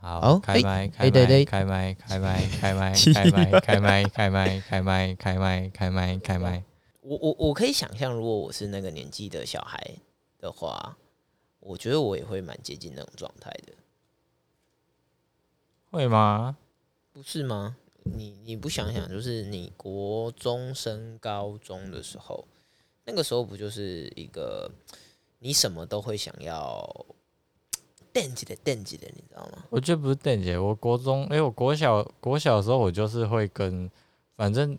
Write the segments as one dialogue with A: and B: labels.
A: 好
B: 好，开
A: 嘿
B: 麦，开
A: 嘿对对
B: 麦，开麦，开麦，开麦，开麦，开麦，开麦，开麦，开麦，开麦，开麦。
C: 我我我可以想象，如果我是那个年纪的小孩的话，我觉得我也会蛮接近那种状态的，
B: 会吗？
C: 不是吗？你你不想想，就是你国中升高中的时候，那个时候不就是一个你什么都会想要惦记的惦记的，你知道吗？
B: 我觉得不是邓姐，我国中，哎、我国小国小的时候，我就是会跟，反正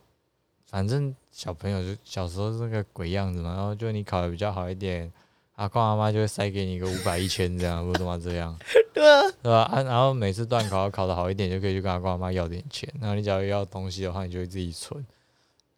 B: 反正小朋友就小时候是那个鬼样子嘛，然后就你考的比较好一点，阿公阿妈就会塞给你一个五百一千这样，或者嘛这样，
C: 对啊，
B: 对吧、啊？然后每次段考考的好一点，就可以去跟阿公阿妈要点钱。然后你只要要东西的话，你就会自己存，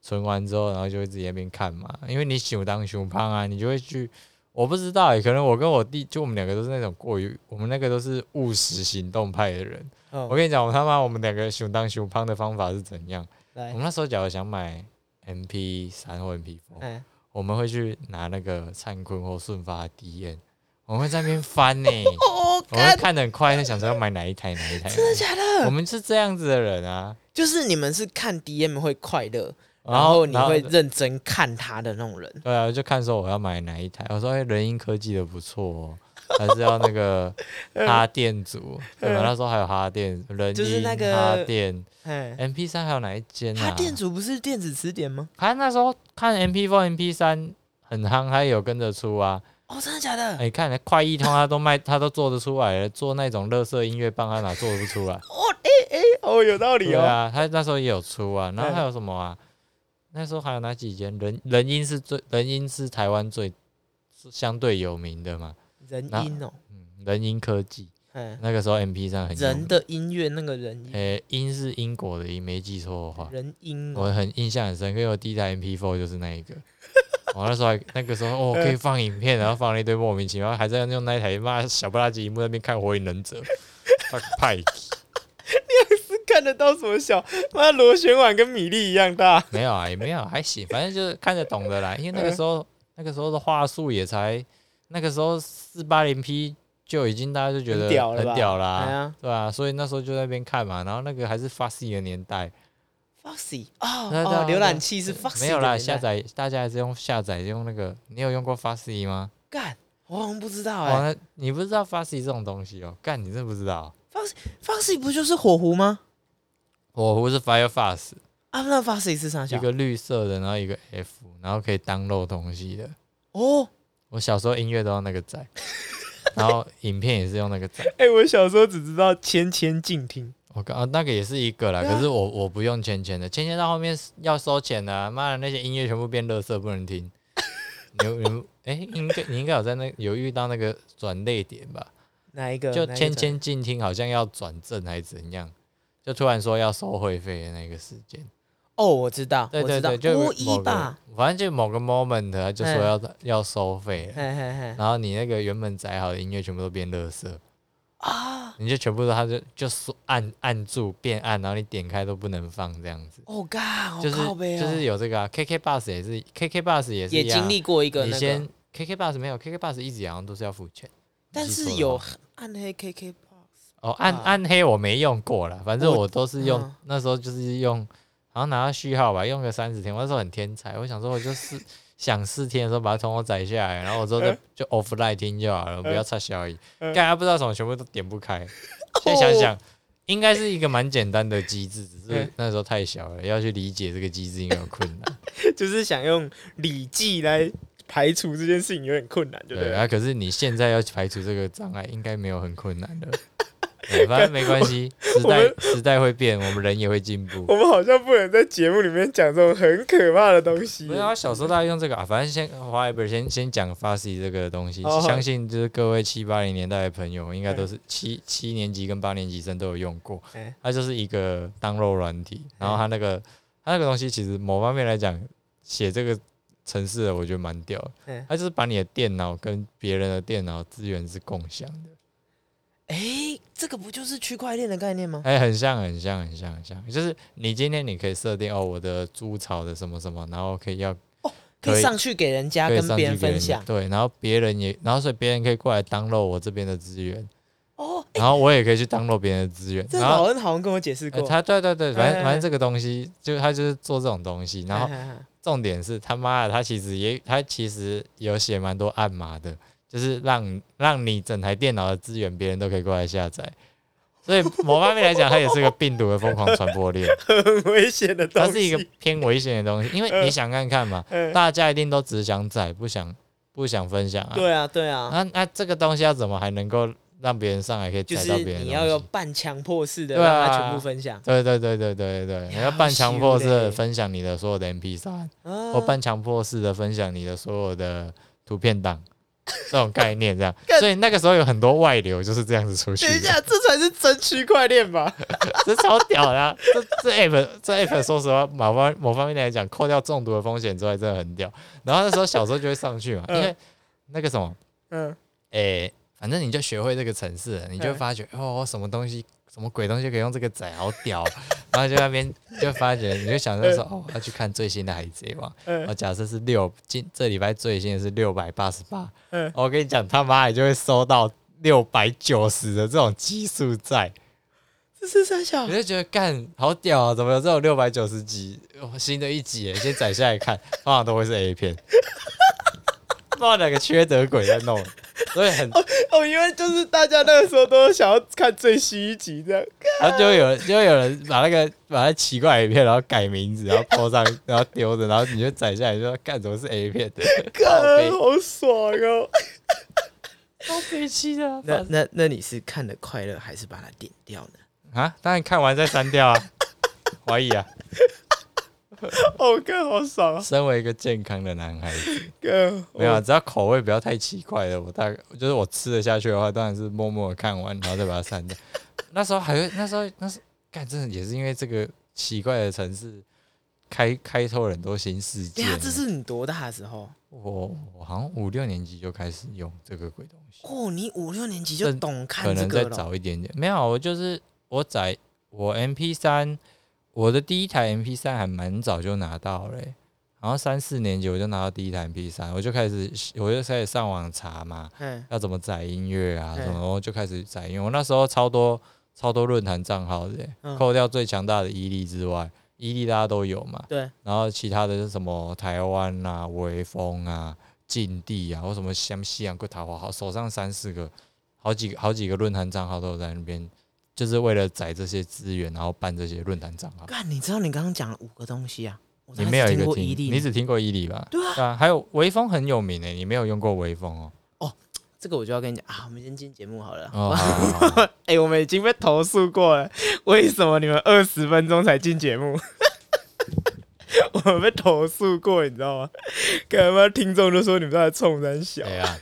B: 存完之后，然后就会自己在那边看嘛。因为你想当熊胖啊，你就会去。我不知道、欸，可能我跟我弟，就我们两个都是那种过于，我们那个都是务实行动派的人。我
C: 哦，
B: 跟你讲，我他妈我们两个熊当熊胖的方法是怎样？我
C: 来
B: 们，那时候假如想买 MP 三或 MP 4
C: 哎，
B: 我们会去拿那个灿坤或顺发的 DN，我们会在那边翻呢、
C: 哦，
B: 我们
C: 干
B: 看得很快，就想说要买哪一台哪一台。
C: 真的假的？
B: 我们是这样子的人啊，
C: 就是你们是看 DM 会快乐，
B: 然
C: 然
B: 后
C: 后你会认真看他的那种人。
B: 对啊，就看说我要买哪一台。我说哎，人音科技的不错哦，还是要那 个哈电阻，对吧？那时候还有哈电、人
C: 嗯就是
B: 音、
C: 那个
B: 哈电、
C: 哎，
B: MP 三还有哪一间啊？
C: 他店主不是电子词典吗？
B: 他那时候看 MP four、MP 三很夯，他也有跟着出啊。
C: 哦，真的假的？
B: 哎你看快易通他都卖， 他都做得出来了，做那种乐色音乐棒，他哪做得不出来？
C: 哦，哎哎，哦， 有道理
B: 对
C: 哦。
B: 啊，他那时候也有出啊，然后
C: 嗯
B: 还有什么啊？那时候还有哪几间？人人音是最人音是台湾最是相对有名的嘛，
C: 人
B: 那
C: 音哦，
B: 嗯，人音科技
C: 哎，
B: 那个时候 M P 上很有
C: 人
B: 名，
C: 的音乐那个人音，
B: 诶、音是英国的音，没记错的话，
C: 人音哦，
B: 我很印象很深刻，因为我第一台 M P four 就是那 一个。我、那时候还那个时候
C: 呃
B: 哦，可以放影片，然后放了一堆莫名其妙，还在用那一台妈小不拉几荧幕那边看《火影忍者》，fuck 派
C: 是看得到什么小？妈，螺旋丸跟米粒一样大。
B: 没有啊，也没有，还行，反正就是看得懂的啦。因为那个时
C: 呃
B: 候，那个时候的话术也才，那个时候四八零 P 就已经大家就觉得
C: 很屌了吧
B: 很屌啦、
C: 哎呀
B: 对啊，所以那时候就在那边看嘛，然后那个还是 Fussy 的年代，
C: Foxy 哦
B: 对啊对啊
C: 哦，浏览器是 Foxy
B: 没有啦，
C: 的年代
B: 下载大家还是用下载用那个，你有用过 Fussy 吗？
C: 干，我好像不知道
B: 哇，
C: 哎
B: 那你不知道 Fussy 这种东西哦、干，你真不知道，
C: ，Foxy 不就是火狐吗？
B: 我不是 Firefox，
C: 啊，那 Foxy 是啥
B: 一
C: 小？
B: 个绿色的，然后一个 F，然后可以当漏东西的。
C: 哦，
B: 我小时候音乐都用那个 载，然后影片也是用那个载。
C: 哎，我小时候只知道千千静听。
B: 我刚、啊、那个也是一个啦，
C: 对啊
B: 可是我我不用钱钱的，钱钱到后面是要收钱的、啊，妈的那些音乐全部变垃圾，不能 听。你有你有哎、应该你应该有在那有遇到那个转泪点吧？
C: 哪一个？
B: 就
C: 哪一个
B: 千
C: 转
B: 千静听好像要转正还是怎样，就突然说要收会费的那个时间。
C: 哦，我知道，
B: 对对对，
C: 我知道，
B: 就
C: 多
B: 某
C: 一
B: 个
C: 吧。，
B: 反正就某个 moment 他就说
C: 嗯
B: 要、要收费了，
C: 嘿嘿嘿，
B: 然后你那个原本载好的音乐全部都变垃圾。
C: 啊，
B: 你就全部都他就就说按按住变暗，然后你点开都不能放这样子，
C: 哦嘎，好
B: 就是
C: 靠背哦
B: 就是有这个啊，KK bus 也是 KK bus 也是
C: 也
B: 一样啊
C: 经历过一个
B: 你
C: 那
B: 先
C: 个，
B: KK bus 没有 KK bus 一直好像都是要付钱，
C: 但
B: 你记
C: 是
B: 错了
C: 有
B: 吧
C: 暗黑 KK box
B: 哦暗
C: 啊
B: 暗黑我没用过啦，反正
C: 我
B: 我都是用、
C: 嗯
B: 那时候就是用，好像拿到序号吧，用个三十天，我那时候很天才，我想说我就是。想四天的时候把它从我载下来，然后我之后就就 offline 听就好了，不要插小而已。
C: 嗯
B: 刚才不知道什么，全部都点不 开。现在想想，应该是一个蛮简单的机制，只是
C: 嗯
B: 那时候太小了，要去理解这个机制应该有困难。
C: 就是想用礼记来排除这件事情有点困难，对不
B: 对
C: 对？
B: 啊，可是你现在要排除这个障碍，应该没有很困 难的。对反正没关系，时代时代会变，我们人也会进步。
C: 我们好像不能在节目里面讲这种很可怕的东西
B: 没有啊，小时候大家用这个啊，反正先华一本先先讲 Fasi 这个东西，
C: 好好
B: 相信就是各位七八零年代的朋友，应该都是七七年级跟八年级生都有用过
C: 哎。
B: 它就是一个当肉软体，然后它那个它那个东西其实某方面来讲，写这个城市的我觉得蛮屌的
C: 嗯，
B: 它就是把你的电脑跟别人的电脑资源是共享的。
C: 哎，这个不就是区块链的概念吗？
B: 哎、很像，很像，很像，很像。就是你今天你可以设定哦，我的猪草的什么什么，然后可以要可以
C: 可以上去给人家
B: 可以
C: 跟
B: 上
C: 别
B: 去
C: 人
B: 给
C: 分享
B: 对，然后别人也，然后所以别人可以过来当 d 我这边的资源，
C: 哦，
B: 然后我也可以去当做别人的资源，
C: 这
B: 然后
C: 老恩好像跟我解释
B: 呃
C: 过。
B: 他对对对，反正反
C: 哎哎
B: 正
C: 哎
B: 这个东西就他就是做这种东西，然后
C: 哎哎哎
B: 重点是他妈的，他其实也他其实有写蛮多暗码的，就是让让你整台电脑的资源别人都可以过来下载，所以某方面来讲，它也是个病毒的疯狂传播链，
C: 很危险的 东
B: 它
C: 西，
B: 是一个偏危险的东西，因为你想看看嘛，
C: 嗯
B: 大家一定都只想载，不想不想分享啊，
C: 对啊，对啊，
B: 那那这个东西要怎么还能够让别人上来可以
C: 就
B: 载
C: 是
B: 到别人的东西？
C: 你要有半强迫式的
B: 对啊
C: 让他全部分享。
B: 对对对对对对，你要
C: 要
B: 半强迫式的
C: 修嘞
B: 分享你的所有的 MP 三，
C: 啊。
B: 或半强迫式的分享你的所有的图片档，这种概念这样
C: 干
B: 所以那个时候有很多外流就是这样子出去
C: 等一
B: 的，
C: 下，这才是真区块链吧？
B: 这超屌的啊、这这 app 这 app 说实话，某方某方面来讲，扣掉中毒的风险之外，真的很屌。然后那时候小时候就会上去嘛，因
C: 嗯
B: 为那个什么，
C: 嗯，
B: 诶、哎反正你就学会这个程式了，你就会
C: 嗯
B: 发觉、哦，什么东西，什么鬼东西可以用这个载，好屌！然后就在那边就发觉，你就想着说，哦，要去看最新的《海贼王》
C: 嗯
B: 然后假设是六，今这礼拜最新的是六百八十八哦
C: 嗯，
B: 我跟你讲，他妈你就会收到六百九十的这种基数在，
C: 这是三小
B: 你，就觉得干好屌啊！怎么有这种六百九十集、哦新的一集耶？先载下来看，通常都会是 A 片， 不知道哪个缺德鬼在弄，所以很
C: 哦，因为就是大家那个时候都想要看最新一集这样。
B: 然后就会有就会有人把那个把那奇怪的 A 片，然后改名字，然后 po 上，然后丢着，然后你就载下来就说干什么是 A 片的，靠
C: 看，
B: 背
C: 好爽哦！
B: 超悲戚的啊
C: 那那那你是看的快乐，还是把它点掉呢？
B: 啊！当然看完再删掉啊，怀疑啊。
C: 哦，看好爽啊！哦
B: 身为一个健康的男孩子，
C: 看，
B: 没有啊，只要口味不要太奇怪的，我大概就是我吃得下去的话，当然是默默的看完，然后再把它删掉。那时候还会，那时候那时候干，真的也是因为这个奇怪的城市开开拓了很多新世界
C: 对
B: 呢。
C: 呀，这是你多大的时候？
B: 我我好像五六年级就开始用这个鬼东西，
C: 哦，你五六年级就
B: 这
C: 懂看
B: 可
C: 这
B: 能
C: 个
B: 再
C: 了。
B: 早一点点。没有，我就是我在我 MP 三，我的第一台 MP 三还蛮早就拿到嘞、好像三四年级我就拿到第一台 MP 三，我就开始我就开始上网查嘛，
C: 嗯，
B: 要怎么载音乐啊
C: 嗯
B: 什么，我就开始载音乐。我那时候超多超多论坛账号的欸、
C: 嗯
B: 扣掉最强大的伊利之外，伊利大家都有嘛，
C: 对，
B: 然后其他的是什么台湾啊、微风啊、禁地啊，或什么像西洋桂桃花，好手上三四个，好几个好几个论坛账号都有在那边，就是为了载这些资源，然后办这些论坛账号。
C: 干，你知道你刚刚讲了五个东西啊？我
B: 你
C: 才
B: 没有
C: 只
B: 一个
C: 过
B: 听，
C: 伊利
B: 你
C: 呢
B: 只听过伊利吧？
C: 对啊
B: 啊，还有微风很有名诶、你没有用过微风哦？
C: 这个我就要跟你讲啊，我们先进节目好了。
B: 哦，好好好
C: 哎、我们已经被投诉过了，为什么你们二十分钟才进节目？ 我们被投诉过，你知道吗？跟他妈听众就说你们在冲咱小，
B: 对啊，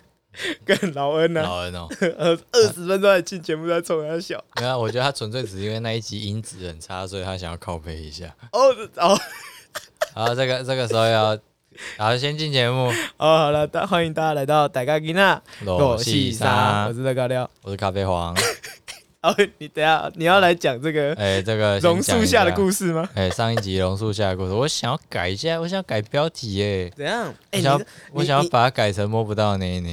C: 跟劳恩呢、啊，
B: 老人哦，
C: 二二十分钟才进节目在冲咱小。
B: 没有啊，我觉得他纯粹只是因为那一集音质很差，所以他想要靠背一下。
C: 哦哦
B: 然后这个这个时候要，好，先进节目，
C: 哦，好了，大欢迎大家来到大家吉娜
B: 裸戏
C: 我
B: 沙，
C: 是乐高料。
B: 我是咖啡黄。
C: 哦，你等一下你要来讲这个
B: 哎、这个
C: 榕树下的
B: 事。
C: 故事吗？
B: 哎、上一集榕树下的故事，我想要改一下，我想要改标题耶、
C: 怎样？
B: 我
C: 哎、
B: 想
C: 你
B: 要我想要把它改成摸不到的那一那，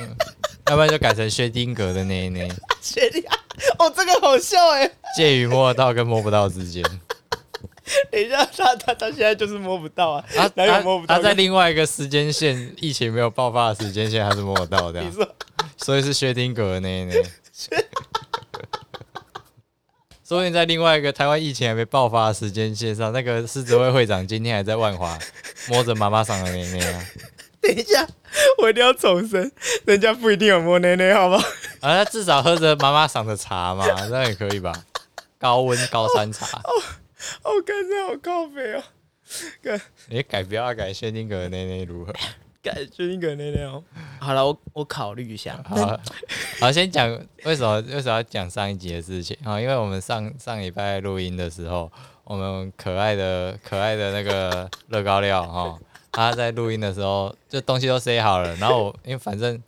B: 嗯 要不然就改成薛丁格的那一那，
C: 学历啊， 哦，这个好笑哎、
B: 介于摸得到跟摸不到之间。
C: 等一下，他他他现在就是摸不到啊，
B: 啊
C: 哪有摸不到？
B: 他在另外一个时间线，疫情没有爆发的时间线，他是摸得到的啊、
C: 你说
B: 所以是薛丁格的 那一那。说不定在另外一个台湾疫情还没爆发的时间线上，那个狮子会会长今天还在万 华摸着妈妈上的那一那啊。
C: 等一下，我一定要重申，人家不一定有摸奶奶，好不好？
B: 啊，那至少喝着妈妈赏的茶嘛，那也可以吧？高温高山 茶，
C: 我看哦这好靠北哦，
B: 你改不要改薛定谔的那那如何？
C: 感觉一个奶奶哦。好了，我我考虑一下。
B: 好，好，先讲为什么为什么要讲上一集的事情啊？因为我们上上礼拜录音的时候，我们可爱的可爱的那个乐高料哈、哦，他在录音的时候就东西都塞好了，然后我因为反正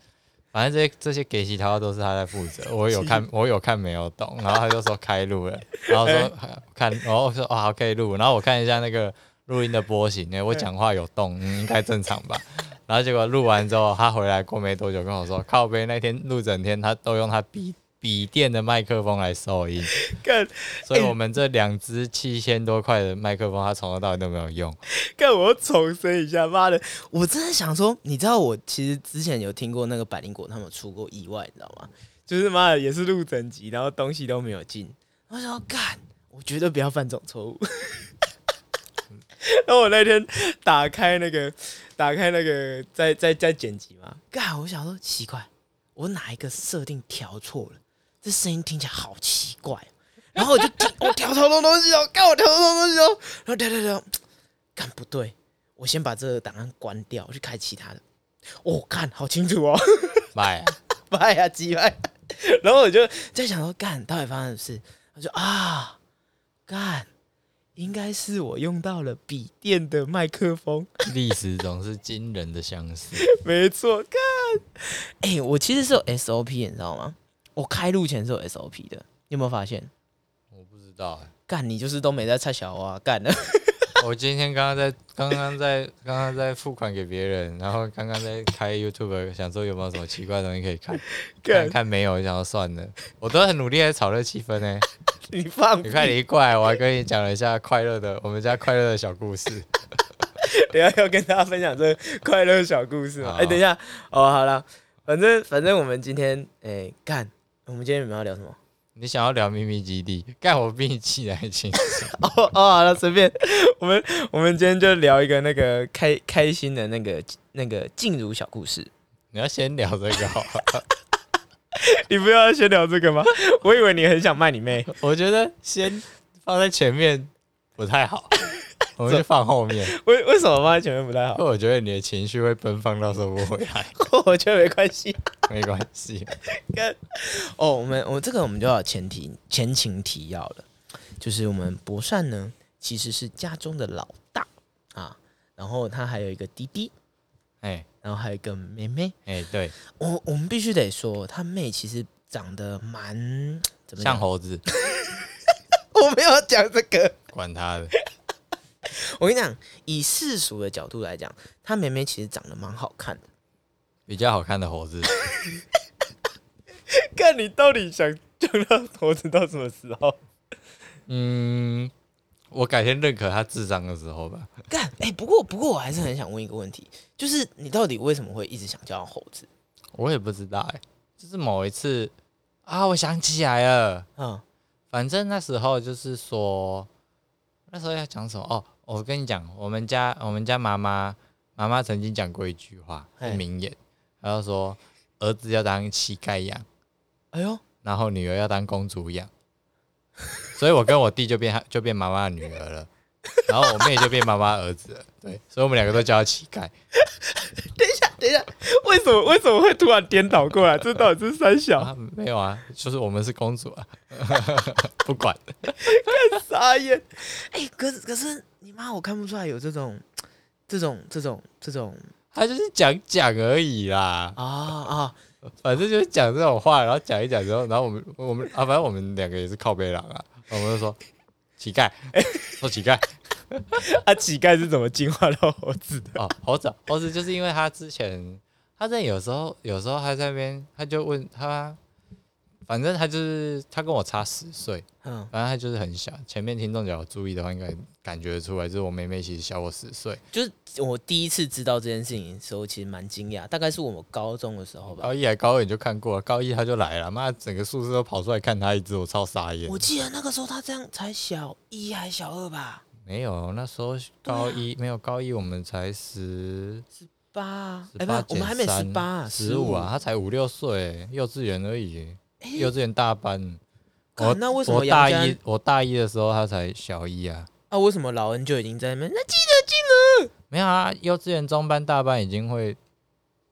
B: 反正这些这些给其他都是他在负责，我有看我有看没有懂，然后他就说开录了，然后说看，然后我说哦好可以录，然后我看一下那个录音的波形，哎我讲话有动，嗯应该正常吧。然后结果录完之后，他回来过没多久跟我说，靠背那天录整天，他都用他鼻笔电的麦克风来收音，
C: 干
B: 所以我们这两支七千多块的麦克风，它从头到尾都没有用。
C: 干，我要重申一下，妈的，我真的想说，你知道我其实之前有听过那个百灵果他们有出过意外，你知道吗？就是妈的也是录整集，然后东西都没有进，我想说干，我绝对不要犯这种错误。 然后我那天打开那个，打开那个，在在在剪辑嘛，干，我想说奇怪，我哪一个设定调错了？这声音听起来好奇怪哦。然后我就听我调错东西哦，干我调错东西哦，然后调调调，干不对，我先把这个档案关掉，我去开其他的。哦，看好清楚哦，
B: 买啊，
C: 拜呀鸡拜！然后我就在想说，干到底发生什么事？他说啊，干应该是我用到了笔电的麦克风，
B: 历史总是惊人的相似。
C: 没错，干。哎、我其实是有 SOP，你知道吗？我开录前是有 SOP 的，你有没有发现？
B: 我不知道欸、
C: 干你就是都没在菜小啊，干了。
B: 我今天刚刚在刚刚在刚刚在付款给别人，然后刚刚在开 YouTube，想说有没有什么奇怪的东西可以看，看看没有，我想要算了。我都很努力在炒热气氛呢、
C: 你放
B: 你看你一过来，我还跟你讲了一下快乐的我们家快乐的小故事。
C: 等一下要跟大家分享这个快乐小故事嘛？
B: 好
C: 哎、等一下，哦，好了，反正反正我们今天，哎、干，我们今天你们要聊什么？
B: 你想要聊秘密基地，干我比你气得还轻。
C: 哦哦，好了，随便， 我们我们今天就聊一个那个开开心的那个那个静茹小故事。
B: 你要先聊这个好了，
C: 你不要先聊这个吗？ 我以为你很想卖你妹。
B: 我觉得先放在前面不太好，我们就放后面，
C: 为为什么放在前面不太
B: 因
C: 好？
B: 为我觉得你的情绪会奔放到收不回来。
C: 我觉得没关系。
B: 没关系，
C: 哦，我们我这个我们就要前提前情提要了，就是我们博善呢其实是家中的老大啊，然后他还有一个弟弟，
B: 哎
C: 然后还有一个妹妹。
B: 哎，对，
C: 我我们必须得说，他妹其实长得蛮怎么
B: 像
C: 讲？
B: 猴子，
C: 我没有讲这个。
B: 管他的，
C: 我跟你讲，以世俗的角度来讲，她妹妹其实长得蛮好看的。
B: 比较好看的猴子，
C: 看你到底想讲到猴子到什么时候？
B: 嗯，我改天认可他智商的时候吧。
C: 干哎、不过不过我还是很想问一个问题，就是你到底为什么会一直想叫她猴子？
B: 我也不知道哎、就是某一次啊，我想起来了，
C: 嗯，
B: 反正那时候就是说，那时候要讲什么哦，我跟你讲，我们家我们家妈妈妈妈曾经讲过一句话，
C: 嘿
B: 是名言，她就说儿子要当乞丐养，
C: 哎呦，
B: 然后女儿要当公主养，所以我跟我弟就变就变妈妈的女儿了，然后我妹就变妈妈的儿子了，对，所以我们两个都叫她乞丐。
C: 等一下，等一下，为什么为什么会突然颠倒过来？这到底是三小
B: 啊，没有啊，就是我们是公主啊， 不管，
C: 傻眼？哎、可是可是你妈，我看不出来有这种这种这种这种
B: 她就是讲讲而已啦，
C: 啊啊！
B: 反正就是讲这种话，然后讲一讲之后，然后我们我们啊，反正我们两个也是靠背狼啊，我们就说乞丐， 说乞丐
C: 啊，乞丐是怎么进化到猴子的？
B: 哦，猴子猴子就是因为他之前他在有时候有时候他在那边他就问他，反正他就是他跟我差十岁，
C: 嗯，
B: 反正他就是很小，前面听众只要有注意的话，应该感觉得出来，就是我妹妹其实小我十岁，
C: 就是我第一次知道这件事情的时候，其实蛮惊讶，大概是我们高中的时候吧。
B: 高一还高二你就看过了，高一他就来了，妈，整个宿舍都跑出来看他一只，我超傻眼
C: 我。记得那个时候他这样才小一还小二吧，
B: 没有，那时候高
C: 啊
B: 一、没有高一，我们才十
C: 八啊，
B: 十
C: 哎、
B: 八，
C: 不，我们还没十八、
B: 十五啊，，他才五六岁，幼稚园而已，幼稚园大班。
C: 干
B: 我
C: 那为什么
B: 我大
C: 杨家
B: 一我大一的时候他才小一啊，
C: 啊，为什么老恩就已经在那边？那记
B: 没有啊，幼稚园中班大班已经会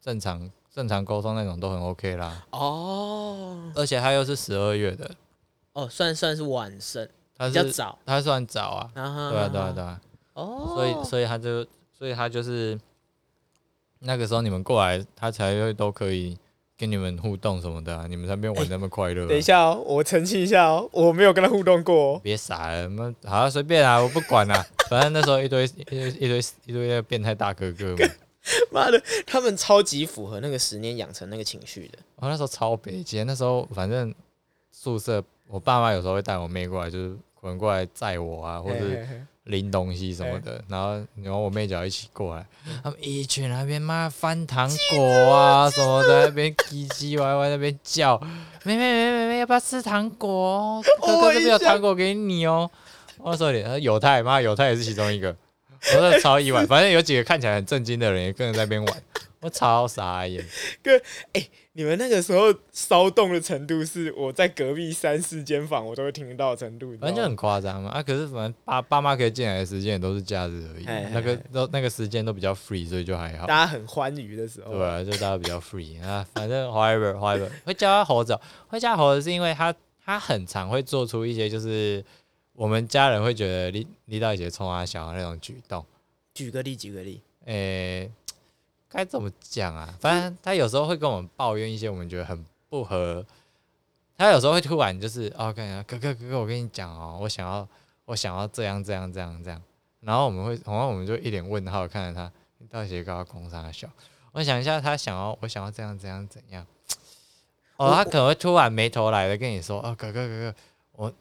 B: 正常正常沟通那种都很 OK 啦，
C: 嗯哦
B: 而且他又是十二月的，
C: 哦，算算是晚生，
B: 他
C: 比较
B: 是
C: 早。
B: 他算早啊，
C: 啊哈
B: 对啊对啊对啊。
C: 哦，
B: 所以所以他就所以他就是那个时候你们过来，他才会都可以跟你们互动什么的啊、你们才没有玩得那么快乐啊、
A: 等一下哦，我澄清一下哦，我没有跟他互动过哦。
B: 别傻了，妈好啊随便啊， 我不管啦、反正那时候一堆一堆一堆一堆那变态大哥哥嘛，
C: 妈的，他们超级符合那个十年养成那个情绪的。
B: 哦我、那时候超北街，那时候反正宿舍，我爸妈有时候会带我妹过来，就是可能过来载我啊，或者
A: 嘿嘿嘿
B: 拎东西什么的，然后然后我妹就要一起过来，嗯他们一群那边妈翻糖果啊什么的，那边唧唧歪歪那边 叫，妹妹妹妹妹要不要吃糖果 哦？哥哥
A: 我
B: 这边
A: 一
B: 有
A: 下
B: 糖果给你哦。我说你，呃犹太妈犹太也是其中一个，我真的超意 外，反正有几个看起来很震惊的人也跟着在那边玩，我超傻 眼。
A: 你们那个时候骚动的程度，是我在隔壁三四间房我都会听得到的程度，你知道
B: 反正就很夸张嘛啊！可是反正爸爸妈可以进来的时间也都是假日而已，
A: 哎
B: 那个
A: 哎
B: 都那个时间都比较 free，所以就还好
A: 大。家很欢愉的时候，
B: 对啊，就大家比较 free 啊。反正 however however 会叫他猴子哦，会叫他猴子是因为他他很常会做出一些就是我们家人会觉得李李大姐冲他小的那种举动，
A: 举个例，举个例，
B: 诶、该怎么讲啊？反正他有时候会跟我们抱怨一些我们觉得很不合。他有时候会突然就是哦，跟你讲哥哥哥哥，我跟你讲哦，我想要我想要这样这样这样这样。然后我们会，然后我们就一脸问号看着他，你到底搞到工商小？我想一下，他想要我想要这样这样怎样？哦，
A: 我
B: 他可能会突然没头来的跟你说，哦，哥哥哥哥，我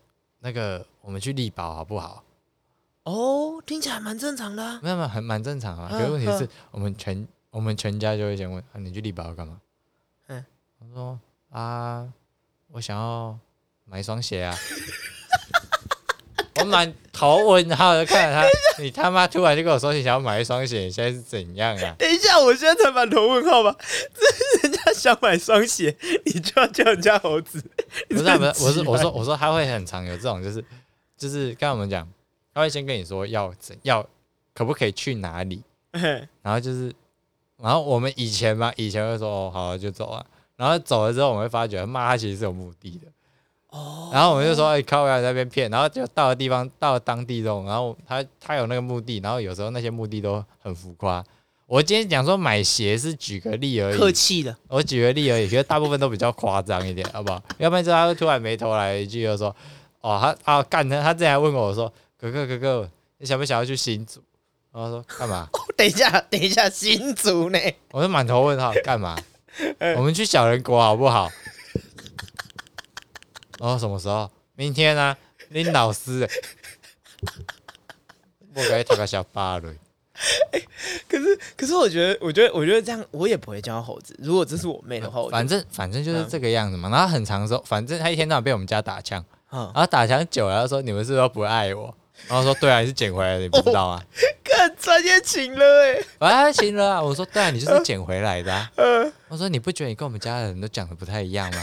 B: 那个我们去力宝好不好？
C: 哦，听起来蛮正常的、啊。
B: 没有没有，很蛮正常啊。
C: 嗯
B: 可是问题是
A: 嗯
B: 我们全我们全家就会先问啊，你去力宝要干嘛？
C: 嗯，
B: 我说啊，我想要买一双鞋啊。 我满头问号的看着 他，你他妈突然就跟我说你想要买一双鞋，你现在是怎样 啊？
A: 等一下，我现在才满头问号吧？ 这人家想买双鞋，你就要叫人家猴子？
B: 不是、啊、不是，我是我说我说他会很常有这种，就是就是刚才我们讲，他会先跟你说要怎要可不可以去哪里，
A: 嘿，
B: 然后就是，然后我们以前嘛，以前会说哦好就走啊，然后走了之后我们会发觉骂他其实是有目的的，
C: 哦，
B: 然后我们就说哎靠呀在那边骗，然后就到了地方到了当地之后，然后他他有那个目的，然后有时候那些目的都很浮夸。我今天讲说买鞋是举个例而已，
C: 客气了，
B: 我举个例而已，其实大部分都比较夸张一点，好不好？要不然就他会突然没头来一句，就说：“哦，他啊干他，他之前还问过我说，哥哥哥哥，你想不想要去新竹？”然后我说干嘛？
A: 哦
C: 等一下，等一下，新竹呢？
B: 我就满头问号，干嘛？我们去小人国好不好？ 然后什么时候？明天啊，林老师、欸，我该他个小巴了。
A: 可是可是，我觉得，我觉得，我觉得这样我也不会叫猴子。如果这是我妹的话，我
B: 反
A: 正
B: 正反正就是这个样子嘛。然后很长时候，反正他一天到晚被我们家打枪，
A: 啊，
B: 然后打枪久了，他说你们是不是都不爱我？然后说对啊，你是捡回来的，你不知道啊？
A: 看专业请了哎、
B: 啊，行了啊，我说对啊，你就是捡回来的、啊。我说你不觉得你跟我们家人都讲的不太一样吗？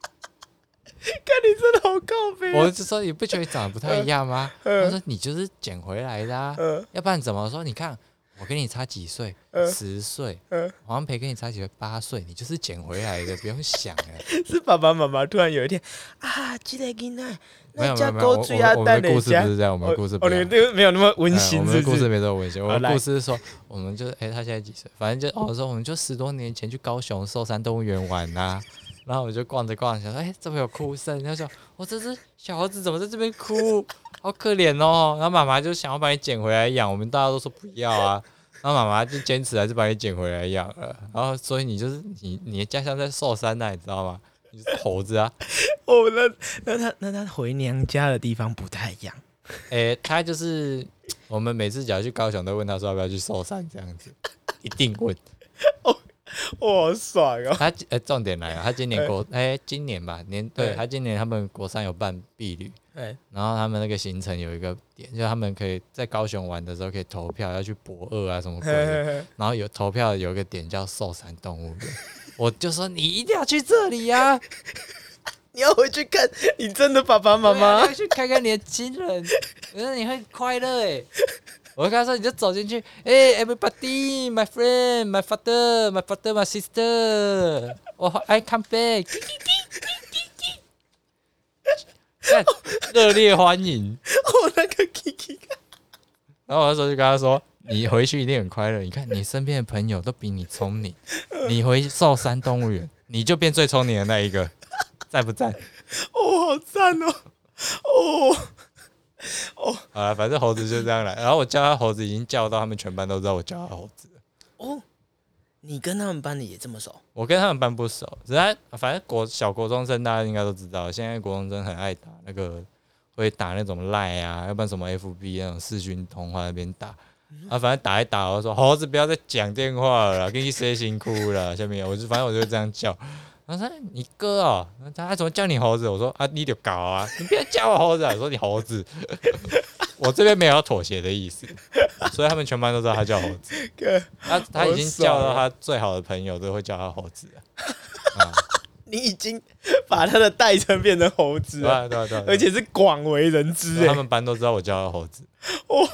A: 看你真的好靠背、啊
B: 我就说你不觉得你长得不太一 样吗？
A: 呃
B: 他说你就是捡回来的、啊，
A: 呃
B: 要不然怎么说？你看我跟你差几岁，
A: 呃
B: 十岁，
A: 呃，
B: 黄安培跟你差几岁，八岁，你就是捡回来的，不用想了。
A: 是爸爸妈妈突然有一天啊，记得给奶，
B: 没
A: 那
B: 有没
A: 家
B: 有没有，我
A: 狗追啊，
B: 我我
A: 带
B: 们的
A: 人
B: 故事
A: 家
B: 不。是这样，我们的故事不
A: 哦，
B: 是
A: 你这个没有那么温
B: 哎
A: 馨，
B: 我们
A: 是
B: 的
A: 不
B: 故事
A: 是？
B: 没这么温馨，我
A: 好
B: 的
A: 来
B: 故事是说，我们就哎、他现在几岁？反正就哦，我说我们就十多年前去高雄寿山动物园玩呐、 然后我就逛着逛着，想说哎、怎么有哭声？他说我、这只小猴子怎么在这边哭？好可怜哦。然后妈妈就想要把你捡回来养，我们大家都说不要啊。然后妈妈就坚持还是把你捡回来养了。然后所以你就是你你的家乡在寿山那、你知道吗？你是猴子啊。
A: 哦，那那他那他回娘家的地方不太一样。
B: 诶、哎他就是我们每次只要去高雄，都问他说要不要去寿山这样子，一定问。
A: 哇，好爽哦！
B: 他呃，重点来了，他今年国哎、今年吧，年对他今年他们国三有办毕旅，
A: 哎，
B: 然后他们那个行程有一个点，就是他们可以在高雄玩的时候可以投票要去博二啊什么鬼的，然后有投票有一个点叫寿山动物园， 我就说你一定要去这里呀、啊，
A: 你要回去看你真的爸爸妈
B: 对啊
A: 妈
B: 你要去看看你的亲人， 可是你会快乐哎、我就跟他说，你就走进去，哎、e v e r y b o d y my friend, my father, my father, my sister, 我 I come back，看热烈欢迎。
A: 哦，那个 Kiki
B: 然后我那时候就跟他说：“你回去一定很快乐，你看你身边的朋友都比你聪明，你回寿山动物园，你就变最聪明的那一个，在不在？”
A: 哦，好赞哦！哦，
B: 好了，反正猴子就这样来。然后我叫他猴子，已经叫到他们全班都知道我叫他猴子了。
C: 哦，你跟他们班的也这么熟？
B: 我跟他们班不熟，只是他反正国小国中生大家应该都知道，现在国中生很爱打那个，会打那种赖啊，要不然什么 FB 那种视讯通话那边打。啊，反正打一打，我说猴子不要再讲电话了啦，跟你谁辛苦了啦。下面我就反正我就这样叫，他说你哥哦，他怎么叫你猴子？我说啊，你就搞啊，你不要叫我猴子、啊，我说你猴子， 我这边没有要妥协的意思，所以他们全班都知道他叫猴子。
A: 干
B: 他他已经叫到他最好的朋友都会叫他猴子了，啊，
A: 你已经把他的代称变成猴子
B: 对
A: 了，
B: 啊对啊对啊，
A: 而且是广为人知
B: 他
A: 哎，
B: 们班都知道我叫他猴子，
A: 哦，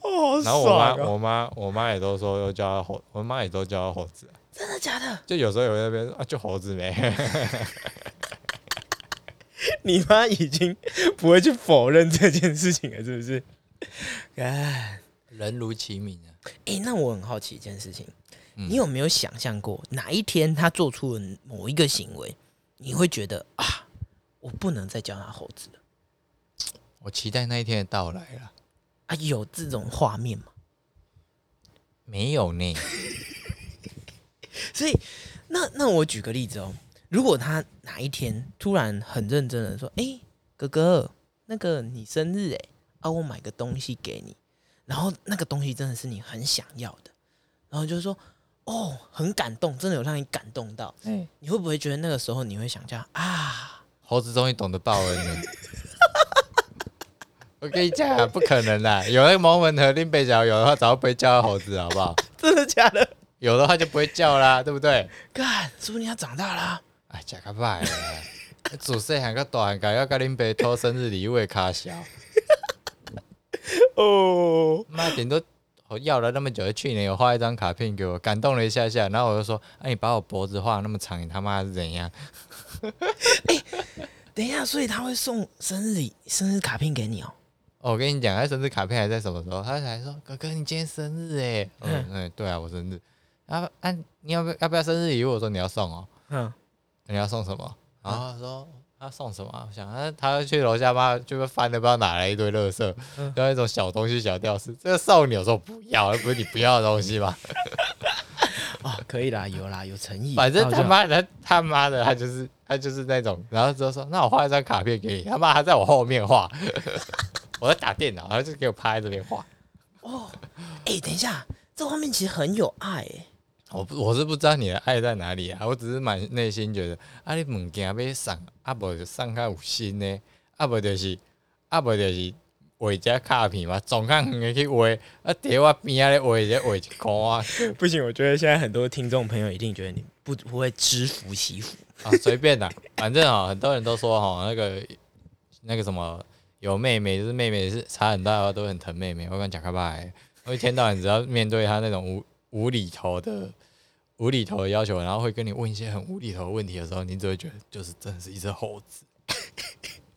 A: 好
B: 然后我妈
A: 爽哦！
B: 我妈我妈也都说要叫他猴，我妈也都叫他猴子，
C: 真的假的？
B: 就有时候有那边啊就猴子没，
A: 你妈已经不会去否认这件事情了，是不是？哎，
B: 人如其名啊，
C: 诶，那我很好奇一件事情，
B: 嗯
C: 你有没有想象过哪一天他做出了某一个行为，你会觉得啊，我不能再叫他猴子了
B: 我期待那一天的到来了，
C: 啊？有这种画面吗？
B: 没有呢，
C: 所以，那那我举个例子哦，如果他哪一天突然很认真的说：“哎、哥哥，那个你生日哎，啊，我买个东西给你。”然后那个东西真的是你很想要的，然后就说：“哦，很感动，真的有让你感动到。”
A: 哎
B: 嗯
C: 你会不会觉得那个时候你会想叫啊？
B: 猴子终于懂得报恩了。 我跟你讲、啊，不可能啦！有那个蒙文和林北角，有的话早就不会叫他猴子，好不好？
C: 真的假的？
B: 有的话就不会叫啦，对不对？
C: 干，说不定他长大啦、啊
B: 哎，食较歹咧，自细汉到大汉，家要甲恁爸讨生日礼物的卡小，
A: 哦，
B: 妈顶多我要了那么久，去年有画一张卡片给我，感动了一下下，然后我就说，哎、你把我脖子画那么长，你他妈是怎样？
C: 等一下，所以他会送生日礼生日卡片给你哦。
B: 哦，我跟你讲，他生日卡片还在什么时候？他还说，哥哥你今天生日哎，嗯嗯，对啊，我生日。啊啊，你要不要要不要生日礼物？我说你要送哦，
C: 嗯，
B: 你要送什么？然后他说他送什么啊？我想他他去楼下吧，就是翻了不知道哪来一堆垃圾，然后一种小东西小吊饰。这个少女有时候不要，又不是你不要的东西嘛。
C: 哦，可以啦，有啦，有诚意。
B: 反正
C: 那我
B: 他
C: 就
B: 妈的他他妈的他就是他就是那种，然后之后说那我画一张卡片给你，他妈还在我后面画， 我在打电脑，然后就给我趴在这边画。
C: 哎、等一下，这画面其实很有爱、欸，
B: 我不我是不知道你的爱在哪里啊，我只是满内心觉得啊，你物件要送，啊无就送较有心呢，啊无就是啊无就是画一只卡片嘛，总较远的去画，啊伫我边仔咧画一个画一箍啊，
A: 不行，我觉得现在很多听众朋友一定觉得你
C: 不不会知福惜福。
B: 啊随便啦，反正啊、很多人都说哈、那个那个什么有妹妹，就是妹妹是差很大的话都很疼妹妹，我跟讲开吧，我一天到晚只要面对她那种无无厘头的。无厘头的要求，然后会跟你问一些很无厘头的问题的时候，你只会觉得就是真的是一只猴子。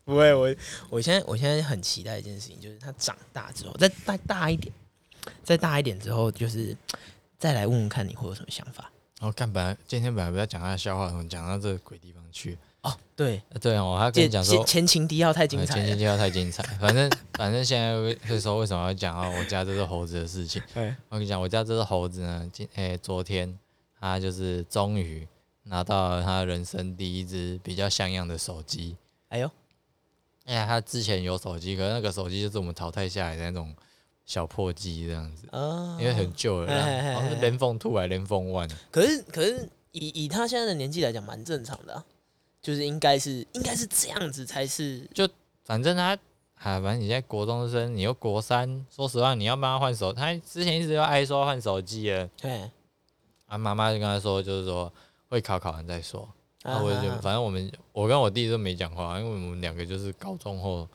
A: 不会，我
C: 我现在我现在很期待一件事情，就是他长大之后，再再大一点，再大一点之后，就是再来问问看你会有什么想法。
B: 然后哦干本来今天本来不要讲他的笑话，我们讲到这个鬼地方去。
C: 哦，对，
B: 呃对哦，他跟你
C: 前
B: 讲
C: 前
B: 说，
C: 前情敌要太
B: 呃
C: 精彩
B: 前
C: 了
B: 情。介绍太精彩。反正反正现在会会说为什么要讲到我家这只猴子的事情。
A: 哎
B: 我跟你讲，我家这只猴子呢，今诶、昨天它就是终于拿到了它人生第一只比较像样的手机。
C: 哎呦，
B: 哎呀，它之前有手机，可是那个手机就是我们淘汰下来的那种小破机这样子，
C: 啊、
B: 因为很旧了啦，
C: 哎哎哎
B: 好像是
C: 哎
B: 连凤兔还是连凤 one。
C: 可是可是以以他现在的年纪来讲，蛮正常的啊、就是应该是应该是这样子才是
B: 反正他啊，反正你现在国中生，你又国三，说实话，你要帮他换手，他之前一直要挨说换手机了，
C: 哎。
B: 啊，妈妈就跟他说，就是说会考考完再说。啊，我就觉得
C: 啊
B: 反正我们我跟我弟都没讲话，因为我们两个就是高中后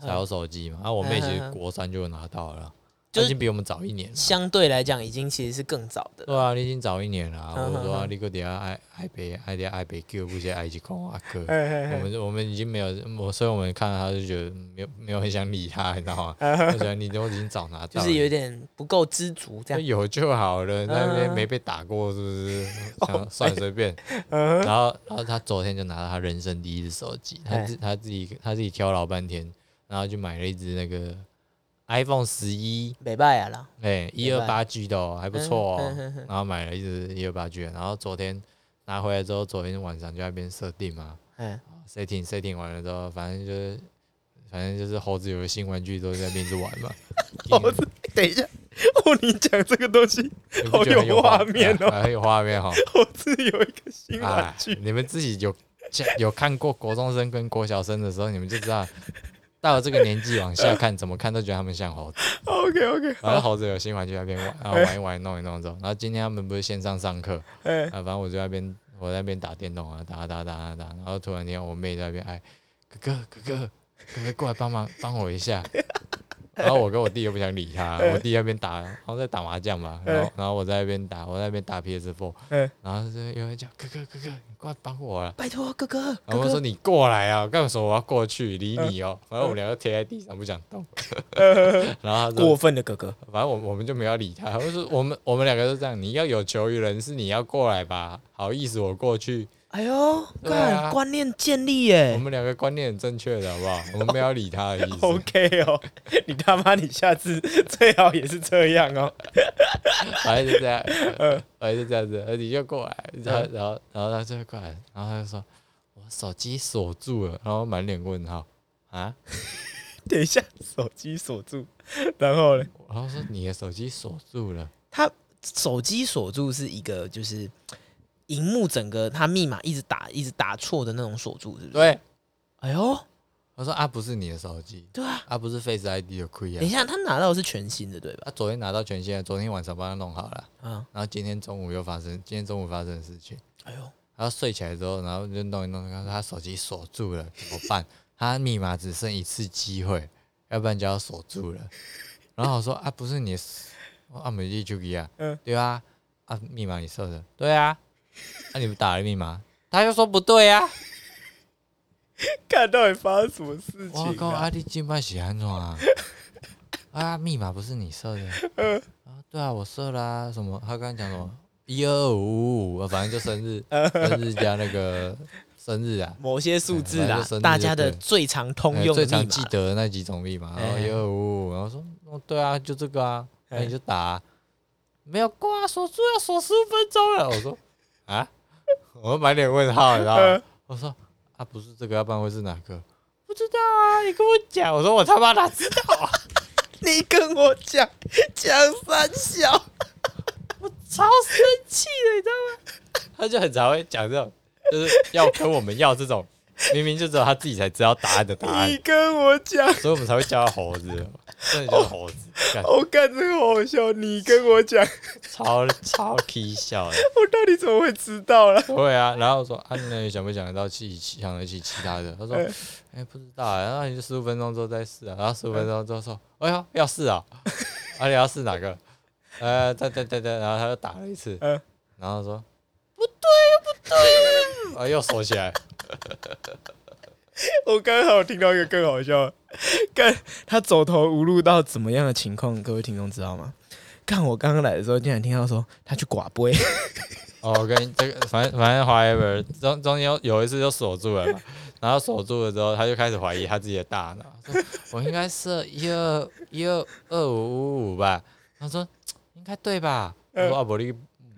C: 嗯
B: 才有手机嘛，啊，我妹其
C: 啊啊
B: 实
C: 啊
B: 国三就有拿到了啦，
C: 就
B: 她
C: 是
B: 已经比我们早一年了。
C: 相对来讲，已经其实是更早的了。
B: 对啊，你已经早一年了啊。
C: 嗯
B: 我就说
C: 嗯
B: 啊
C: 嗯
B: 你个底下爱爱北爱底爱北叫不是爱去讲啊哥，
A: 哎哎
C: 嗯
B: 我
A: 哎
B: 们我们已经没有我，所以我们看到他就觉得没有没有很想理他，你知道吗？我觉得你都已经早拿
C: 嗯就
B: 到了，
C: 是有点不够知足
A: 哎
C: 这样。
B: 有就好了，在那边
C: 嗯
B: 没被打过是不是？想算随便。
A: 嗯
B: 然后然后他昨天就拿到他人生第一只手机，他
C: 哎
B: 自他自己他自己挑老半天，然后就买了一只那个 iPhone 十一，
C: 北拜啊啦，
B: 哎，一二八 G 的哦，还不错
C: 嗯
B: 哦。然后买了一只一二八 G，的然后昨天拿回来之后，昨天晚上就在那边设定嘛
C: 嗯，
B: ，setting setting 完了之后，反正就是反正就是猴子有个新玩具都在那边一直玩嘛。
A: 猴子等一下， 哦，你讲这个东西，
B: 你不觉得很
A: 好有画面哦
B: 啊很有画面哈。
A: 猴子有一个新玩
B: 哎
C: 啊
A: 具，
B: 你们自己有有看过国中生跟国小生的时候，你们就知道，到了这个年纪往下看，怎么看都觉得他们像猴子。
A: OK OK，
B: 然后猴子有新玩具在那边玩，然后玩一玩，弄一弄之后，然后今天他们不是线上上课，
A: 哎
B: 啊，反正我就在那边我在那边打电动啊，打啊打啊打啊打啊，然后突然间我妹在那边哎，哥哥哥哥哥哥过来帮忙帮我一下，然后我跟我弟又不想理他，我弟在那边打，然后在打麻将嘛，然
C: 嗯
B: 后然后我在那边打，我在那边打 PS4，
A: 哎，
B: 然后就有人叫哥哥哥哥，你过来帮我啊，
C: 拜托哥哥，嗯
B: 然后我说你过来啊，我干嘛说我要过去理你哦，然后我们两个贴在地上不想 动， 然后他说
A: 过分的哥哥，
B: 反正我我们就没有理他，我说我们我们两个都这样，你要有求于人是你要过来吧，好意思我过去，
C: 哎呦，
B: 对啊
C: 干观念建立
B: 我
C: 耶，
B: 们两个观念很正确的好不好？我们没有理他的意思，
A: OK 哦，你他妈你下次最好也是这样哦。
B: 反正就这样，呃，反正就这样子，呃你就过来，然后然后然后他就过来，然后他就说我手机锁住了，然后满脸问号啊，
A: 等一下，手机锁住，然后呢？
B: 然后说你的手机锁住了，
C: 他手机锁住是一个就是荧幕整个他密码一直打一直打错的那种锁住，是不是？
B: 对，
C: 哎呦，
B: 我说啊不是你的手机，
C: 对啊，
B: 啊不是 Face ID 的亏
C: 等一
B: 啊，
C: 下他拿到的是全新的对吧？
B: 他昨天拿到权限了，昨天晚上帮他弄好了。
C: 啊，
B: 然后今天中午又发生，今天中午发生的事情。
C: 哎呦，
B: 然后睡起来之后，然后就弄一弄，他说他手机锁住了， 怎么办？他密码只剩一次机会，要不然就要锁住了。然后我说啊，不是你的手，啊，没记住啊，
A: 嗯
B: 对啊，啊，密码你设的，对啊，那、你们打了密码，他就说不对啊。
A: 看到底发生什么事
B: 我
A: 情
B: 靠，
A: 啊？
B: 阿弟金牌喜安怎啊？啊，密码不是你设的？啊，对啊，我设啦、什么？他刚刚讲什么？一二五五，反正就生日，生日加那个生日啊，
C: 某些数字
B: 哎反正
C: 啦
B: 就生日，
C: 大
B: 就
C: 家的
B: 对哎
C: 最常通用
B: 呃最
C: 的密
B: 常记
C: 码，
B: 得的那几种密码，然后
C: 哎
B: 一二五五，然后说，哦，对啊，就这个啊，那你就打啊、没有够啊，锁住要锁十五分钟了。我说啊， 我满脸问号，你知道吗？
C: 嗯
B: 我说啊，不是这个，要不然会是哪个？不知道啊，你跟我讲。我说我他妈哪知道啊？
C: 你跟我讲讲三小，
B: 超生气的，你知道吗？他就很常会讲这种，就是要跟我们要这种，明明就只有他自己才知道答案的答案
A: 你，跟我讲，
B: 所以我们才会叫他猴 子，真的叫哎
C: 哦
B: 猴子，干
A: 我干这个好好笑。你跟我讲，
B: 超超 k 笑的。
A: 我到底怎么会知道 了？
B: 对啊，然后我说啊，那你想不想得到其其想得起其他的？他说，哎、不知道、啊，然后你就十五分钟之后再试啊，然后十五分钟之后说，哎呦，要试啊， 啊你要试哪个？呃，对对对对，然后他就打了一次，
A: 嗯
B: 然后说不 对不对，啊又锁起来，
A: 我刚好听到一个更好笑的，干他走投无路到怎么样的情况？各位听众知道吗？干我刚刚来的时候，竟然听到说他去寡欸杯，
B: 哦，我跟你这个，反正反正 however 中中间有有一次就锁住了嘛，然后锁住了之后，他就开始怀疑他自己的大脑，说我应该设一二一二二五五五吧，他说应该对吧？我说阿伯利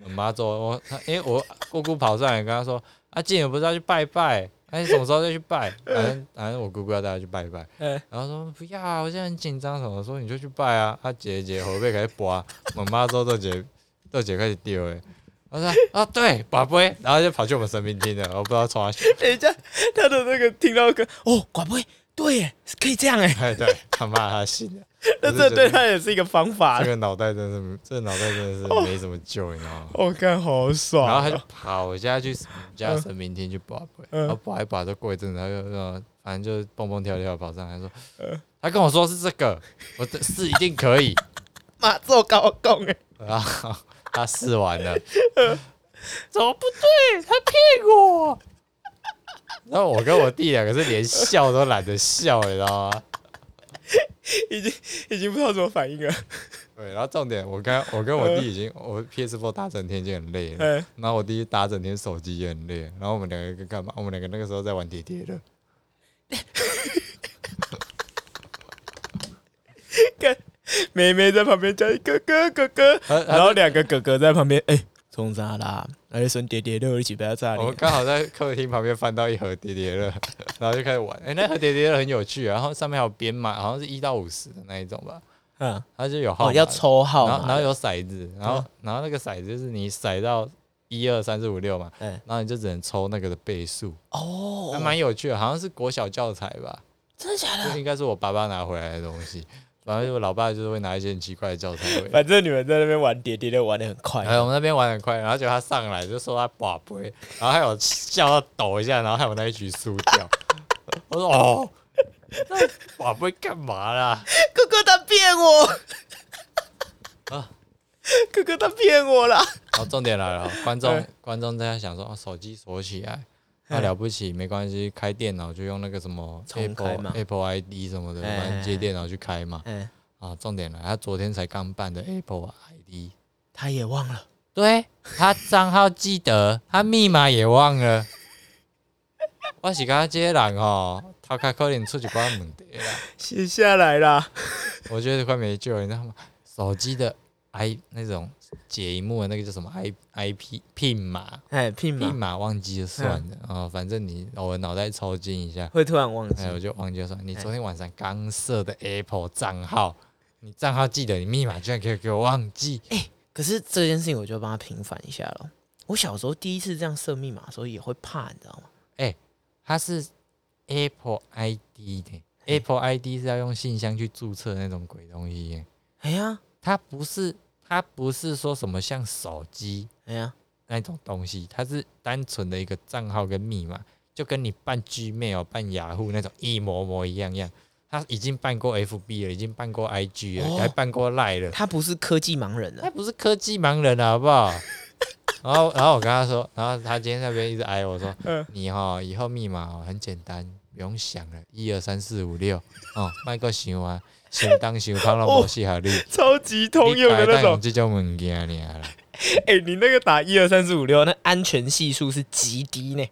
B: 妈走，我他因为我姑姑跑上来跟他说，阿静我不是要去拜拜，哎、你什么时候再去拜？反正反正我姑姑要带他去拜拜，
A: 嗯
B: 然后说不要啊，我现在很紧张什么，我说你就去拜啊，他姐姐后背开始拔，我妈之后豆姐豆姐开始丢诶。我说啊，对，宝贝，然后就跑去我们神明厅了，我不知道从哪去。
A: 等一下他的那个听到个哦寡杯，对耶，可以这样哎，
B: 哎，对，他妈他信了，
A: 那
B: 我
A: 这
B: 是觉
A: 对
B: 得
A: 他也是一个方法
B: 这。个脑袋真的是，这个脑袋真的是没什么救，你知道吗？
A: 我哦干好爽
B: 然
A: 哦，
B: 后他就跑下去我们家神明厅去拔杯，
A: 嗯
B: 然后拔一拔就过一阵子，他就呃反正就蹦蹦跳跳跑上来说，
A: 嗯
B: 他跟我说是这个，我这是一定可以，
A: 妈做高供哎。
B: 然后他试完了，怎么不对？他骗我。然后我跟我弟两个是连笑都懒得笑，你知道吗？
A: 已经已经不知道怎么反应了。
B: 对，然后重点，我跟我跟我弟已经，我 PS4 打整天已经很累了，
A: 嗯
B: 然后我弟打整天手机也很累，然后我们两个在干嘛？我们两个那个时候在玩叠叠乐，
A: 干妹妹在旁边叫你哥哥哥哥，然后两个哥哥在旁边哎冲啥啦？而且孙爹爹都一起被他
C: 啊
A: 炸
B: 我
A: 脸。
B: 刚好在客厅旁边翻到一盒叠叠乐，然后就开始玩。哎、那盒叠叠乐很有趣啊，然后上面还有编码，好像是一到五十的那一种吧，
A: 嗯，
B: 它就有号
A: 哦
B: 码、
A: 要抽号啊
B: 然后
A: 码，嗯
B: 然后有骰子，然后、然后那个骰子就是你骰到一二三四五六嘛，
A: 哎
B: 然后你就只能抽那个的倍数，还
A: 哦，
B: 蛮有趣的，好像是国小教材吧，
C: 真的假
B: 这
C: 的？
B: 应该是我爸爸拿回来的东西。反正我老爸就是会拿一些很奇怪的教材回来。
A: 反正你们在那边玩叠叠乐玩的很快，
B: 哎，我们那边玩很快，然后结果他上来就说他把杯，然后还有笑到抖一下，然后还有那一局输掉。我说哦，那把杯干嘛啦？
A: 哥哥他骗我，
B: 啊
A: 哥哥他骗我啦。
B: 然后重点来了，观众
A: 哎
B: 观众在想说，哦，手机锁起来，那、了不起，没关系，开电脑就用那个什么
A: 嗯重开
B: Apple
A: 嘛
B: Apple ID 什么的，
A: 哎
B: 反正接电脑去开嘛。
A: 嗯，
B: 啊，重点来，他昨天才刚办的 Apple ID，
A: 他也忘了，
B: 对他账号记得，他密码也忘了。 我是感觉这些人哦，头壳可能出一寡问题啦，
A: 写下来啦。
B: 我觉得快没救了，你知道吗？手机的 i 那种解一幕的那个叫什么 i i p 拼码，
A: 哎，拼
B: 密
A: 嘛，
B: 码忘记就算了啊、哦反正你偶尔脑袋抽筋一下，
A: 会突然忘记
B: 哎，。我就忘记就算了。你昨天晚上刚设的 Apple 账号，你账号记得，你密码居然可以给我忘记，
C: 可是这件事情我就帮他平反一下了。我小时候第一次这样设密码的时候也会怕，你知道吗？
B: 它是 Apple ID 的，Apple ID 是要用信箱去注册的那种鬼东西耶，
C: 哎呀，
B: 它不是它不是说什么像手机
C: 哎呀，
B: 那种东西，它是单纯的一个账号跟密码，就跟你办 Gmail、办雅虎那种一模模一样样。他已经办过 FB 了，已经办过 IG 了，
C: 哦
B: 还办过 Line 了。
C: 他不是科技盲人
B: 他
C: 啊，
B: 不是科技盲人啊，好不好？ 然后，然后我跟他说，然后他今天在那边一直挨我说，
A: 嗯
B: 你哈、哦、以后密码、哦、很简单，不用想了，一二三四五六，哦，卖个想啊，想当想当了无适合你，
A: 超级通用哦的那种。
B: 这种物件尔啦。
A: 哎、你那个打一二三四五六，那
C: 安全系数是极低呢。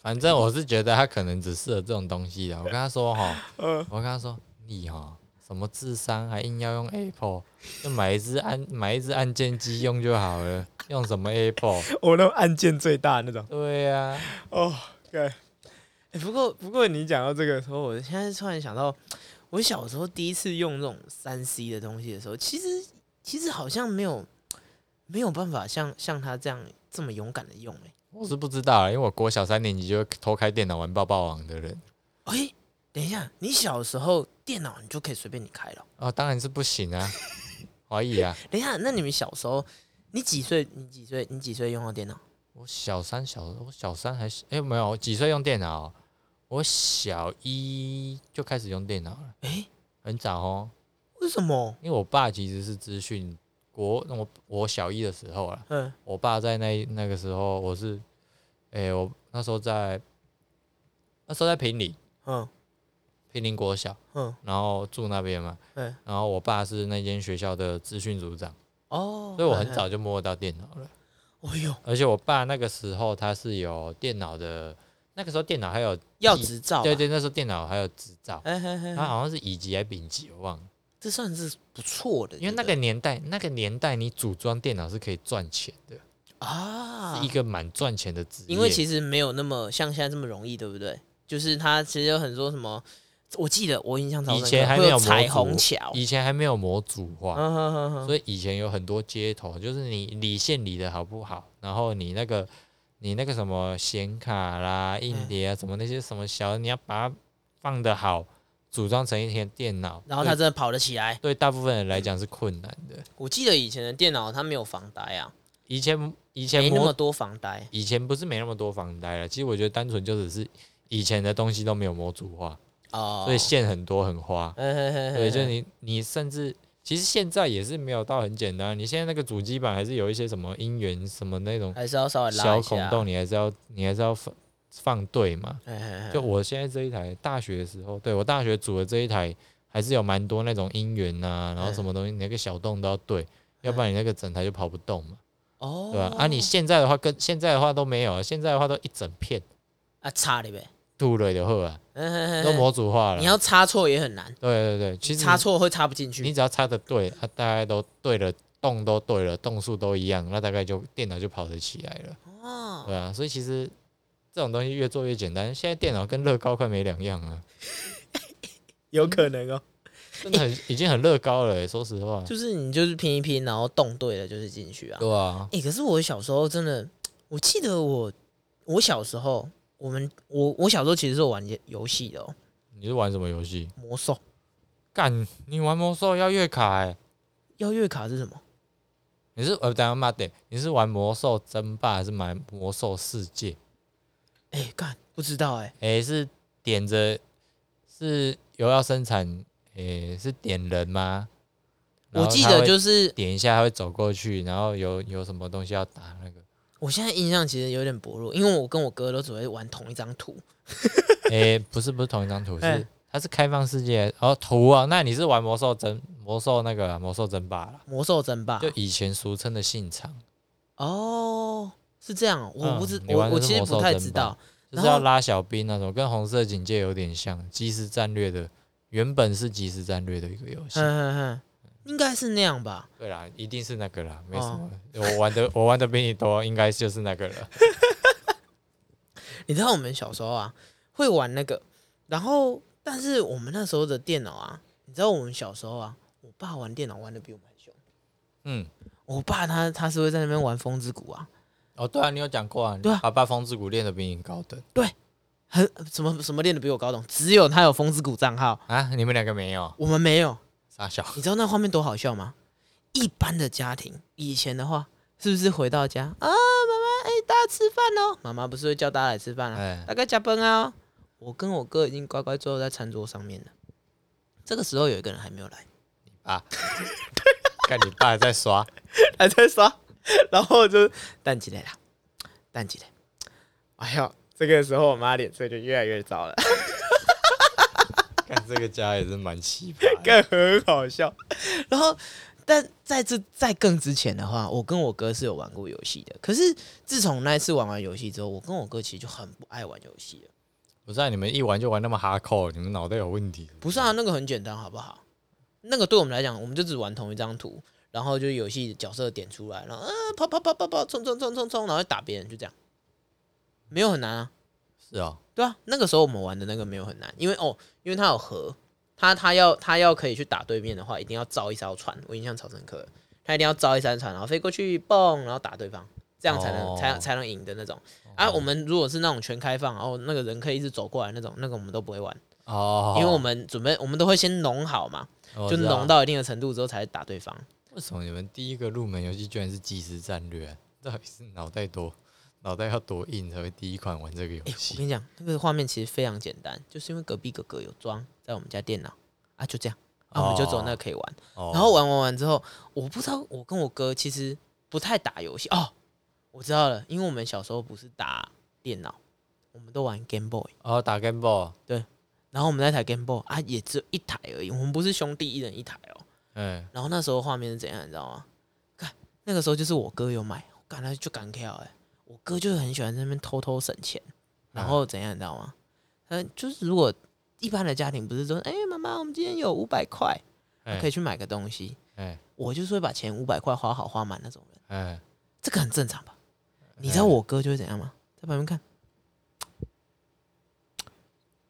B: 反正我是觉得他可能只适合这种东西的。我跟他说哈、
A: 嗯
B: 我跟他说你哈、什么智商还硬要用 Apple，就买一只按买一只按键机用就好了，用什么 Apple？
A: 我那种按键最大的那种。
B: 对呀、啊。
A: 哦，对。哎，不过不过你讲到这个时候，我
C: 我现在突然想到，我小时候第一次用这种三 C 的东西的时候，其实其实好像没有没有办法像像他这样这么勇敢的用哎、
B: 我是不知道啊，因为我国小三年级就会偷开电脑玩抱抱网的人
C: 哎、等一下，你小时候电脑你就可以随便你开了？
B: 哦，当然是不行啊， 怀疑啊。
C: 等一下，那你们小时候，你几岁？你几岁？你几岁用到电脑？
B: 我小三小我小三还是哎、没有我几岁用电脑，我小一就开始用电脑了，
C: 哎、
B: 很早哦。
C: 为什么？
B: 因为我爸其实是资讯国，那我我小一的时候啦，
C: 嗯，
B: 我爸在那那个时候我是，哎、我那时候在那时候在平林
C: 嗯
B: 平林国小，
C: 嗯，
B: 然后住那边嘛，
C: 嗯，
B: 然后我爸是那间学校的资讯组长。
C: 哦，
B: 所以我很
C: 嗯。
B: 早就摸得到电脑了。
C: 嗯哎呦，
B: 而且我爸那个时候他是有电脑的，那个时候电脑还有
C: 要执照吧？
B: 对啊对，那时候电脑还有执照，
C: 哎，哎哎
B: 他
C: 哎，
B: 好像是乙级还丙级，我忘了。
C: 这算是不错的，
B: 因为那
C: 这
B: 个年代，那个年代你组装电脑是可以赚钱的，
C: 啊
B: 是一，个蛮赚钱的职业。
C: 因为其
B: 实
C: 实没有那么像现在这么容易，对不对？就是它其实有很多什么，我记得我印象超深刻
B: 以前还没
C: 会
B: 有
C: 有
B: 模
C: 彩
B: 组
C: 虹桥，
B: 以前还没有模组化，
C: 嗯哼哼哼，
B: 所以以前有很多街头，就是你理线理的好不好，然后你那个你那个什么显卡啦、硬碟啊，什么那些什么小，你要把它放的好，组装成一台电脑，
C: 然后它
B: 对
C: 真的跑得起来。
B: 对大部分人来讲是困难的。
C: 我记得以前的电脑它没有防呆啊，
B: 以前以前
C: 没那
B: 模
C: 么多防呆。
B: 以前不是没那么多房贷了，其实我觉得单纯就只是以前的东西都没有模组化，
C: 哦，
B: 所以线很多很花。
C: 嘿嘿嘿嘿
B: 对，就
C: 嘿
B: 你你甚至其实现在也是没有到很简单，你现在那个主机板还是有一些什么音源什么那种
C: 还是要稍微拉
B: 小
C: 一
B: 孔
C: 下
B: 洞，你还是要你还是要放放对嘛。
C: 嘿嘿嘿
B: 就我现在这一台，大学的时候，对我大学组的这一台，还是有蛮多那种音源呐，然后什么
C: 嗯
B: 东西，你那个小洞都要对，要不然你那个整台就跑不动嘛，啊
C: 哦，
B: 对吧、啊？你现在的话跟现在的话都没有，现在的话都一整片，
C: 啊差的呗，
B: 吐了就好啊，都
C: 嗯，
B: 模组化了。
C: 你要插错也很难，
B: 对对对，其实
C: 插错会插不进
B: 你
C: 去。
B: 只要插的对，它、大概都对了，动都对了，动数都一样，那大概就电脑就跑得起来了。
C: 哦，
B: 对啊，所以其实这种东西越做越简单，现在电脑跟乐高快没两样了，
A: 有可能哦。
B: 真的很、已经很乐高了、欸说实话。
C: 就是你就是拼一拼，然后动对了就是进去啊。
B: 对啊，
C: 哎、可是我小时候真的，我记得我我小时候，我们我我小时候其实是有玩游游戏的哦，
B: 你是玩什么游戏？
C: 魔兽
B: 干，你玩魔兽要月卡、欸，
C: 邀月卡是什么？
B: 你是呃，等一下妈的，你是玩魔兽争霸还是玩魔兽世界？
C: 哎、干不知道哎、
B: 诶、是点着是有要生产，诶、是点人吗？然
C: 我
B: 后
C: 记
B: 他
C: 得
B: 会
C: 就是
B: 点一下，他会走过去，然后有有什么东西要打那个，
C: 我现在印象其实有点薄弱，因为我跟我哥都只会玩同一张图，
B: 诶、不是不是同一张图，
C: 哎
B: 是它是开放世界哦图啊，那你是玩魔兽争魔兽那个啊魔兽争霸啦，
C: 魔兽争霸
B: 就以前俗称的信场，
C: 哦，是这样哦，我不知、
B: 嗯你
C: 我
B: 玩的
C: 我
B: 是
C: 其实
B: 魔
C: 不
B: 兽
C: 太
B: 争
C: 知
B: 霸
C: 道，
B: 就是
C: 然
B: 要
C: 后
B: 拉小兵那种，跟红色警戒有点像，即时战略的，原本是即时战略的一个游戏。
C: 嗯嗯嗯，应该是那样吧。
B: 对啦，一定是那个啦，没什
C: 哦
B: 么。我玩的我玩的比你多，应该就是那个了。
C: 你知道我们小时候啊会玩那个，然后但是我们那时候的电脑啊，你知道我们小时候啊，我爸玩电脑玩的比我们很凶。
B: 嗯，
C: 我爸他他是会在那边玩风之谷啊，
B: 哦，对啊，你有讲过啊，
C: 对啊
B: 爸爸风之谷练的比你高等
C: 很呃什么什么练的比我高懂，只有他有风之谷账号，
B: 啊，你们两个没有，
C: 我们没有。
B: 傻小。
C: 你知道那画面多好笑吗？一般的家庭以前的话，是不是回到家啊，妈妈，哎、大家吃饭喽？妈妈不是会叫大家来吃饭啊？
B: 哎
C: 大概加班啊。我跟我哥已经乖乖坐在餐桌上面了。这个时候有一个人还没有来，
B: 啊， 看你爸在刷，
C: 还在刷， 然后就淡起来了，淡起来。哎呦，
A: 这个时候我妈脸色就越来越糟了，
B: 看这个家也是蛮奇葩的。
A: 更很好笑。
C: 然后，但在这在更之前的话，我跟我哥是有玩过游戏的。可是自从那一次玩完游戏之后，我跟我哥其实就很不爱玩游戏了。
B: 不是、啊、你们一玩就玩那么哈扣，你们脑袋有问题？
C: 不是啊，那个很简单，好不好？那个对我们来讲，我们就只玩同一张图，然后就游戏角色点出来，然后啊跑跑跑跑跑冲冲冲冲冲，然后打别人，就这样，没有很难啊。
B: 是哦，
C: 对啊，那个时候我们玩的那个没有很难，因为哦，因为它有河，他他要他要可以去打对面的话，一定要造一艘船，我印象超深刻的，他一定要造一艘船，然后飞过去蹦，然后打对方，这样才能、
B: 哦
C: 才才能赢的那种。啊，我们如果是那种全开放，然、后那个人可以一直走过来那种，那个我们都不会玩，
B: 哦，
C: 因为我们准备我们都会先弄好嘛，
B: 我
C: 就
B: 知道哦
C: 弄到一定的程度之后才打对方。
B: 为什么你们第一个入门游戏居然是即时战略、啊？到底是脑袋多，脑袋要多硬才会第一款玩这个游
C: 哎、我
B: 戏？
C: 跟你讲，那个画面其实非常简单，就是因为隔壁哥哥有装在我们家电脑啊，就这样，啊，我们就走那个可以玩。
B: 哦
C: 然后玩玩完之后，我不知道我跟我哥其实不太打游戏哦，我知道了，因为我们小时候不是打电脑，我们都玩 Game Boy，
B: 哦，打 Game Boy，
C: 然后我们那台 Game Boy 啊也只有一台而已，我们不是兄弟一人一台哦。
B: 嗯，
C: 然后那时候画面是怎样，你知道吗？看那个时候就是我哥有买，我赶他就敢跳哎，我哥就很喜欢在那边偷偷省钱，
B: 嗯
C: 然后怎样，你知道吗？嗯、就是如果一般的家庭不是说，哎、妈妈，我们今天有五百块，
B: 哎
C: 可以去买个东西，
B: 哎
C: 我就是会把钱五百块花好花满那种人，
B: 哎，
C: 这个很正常吧？你知道
B: 嗯
C: 我哥就会怎样吗？在旁边看，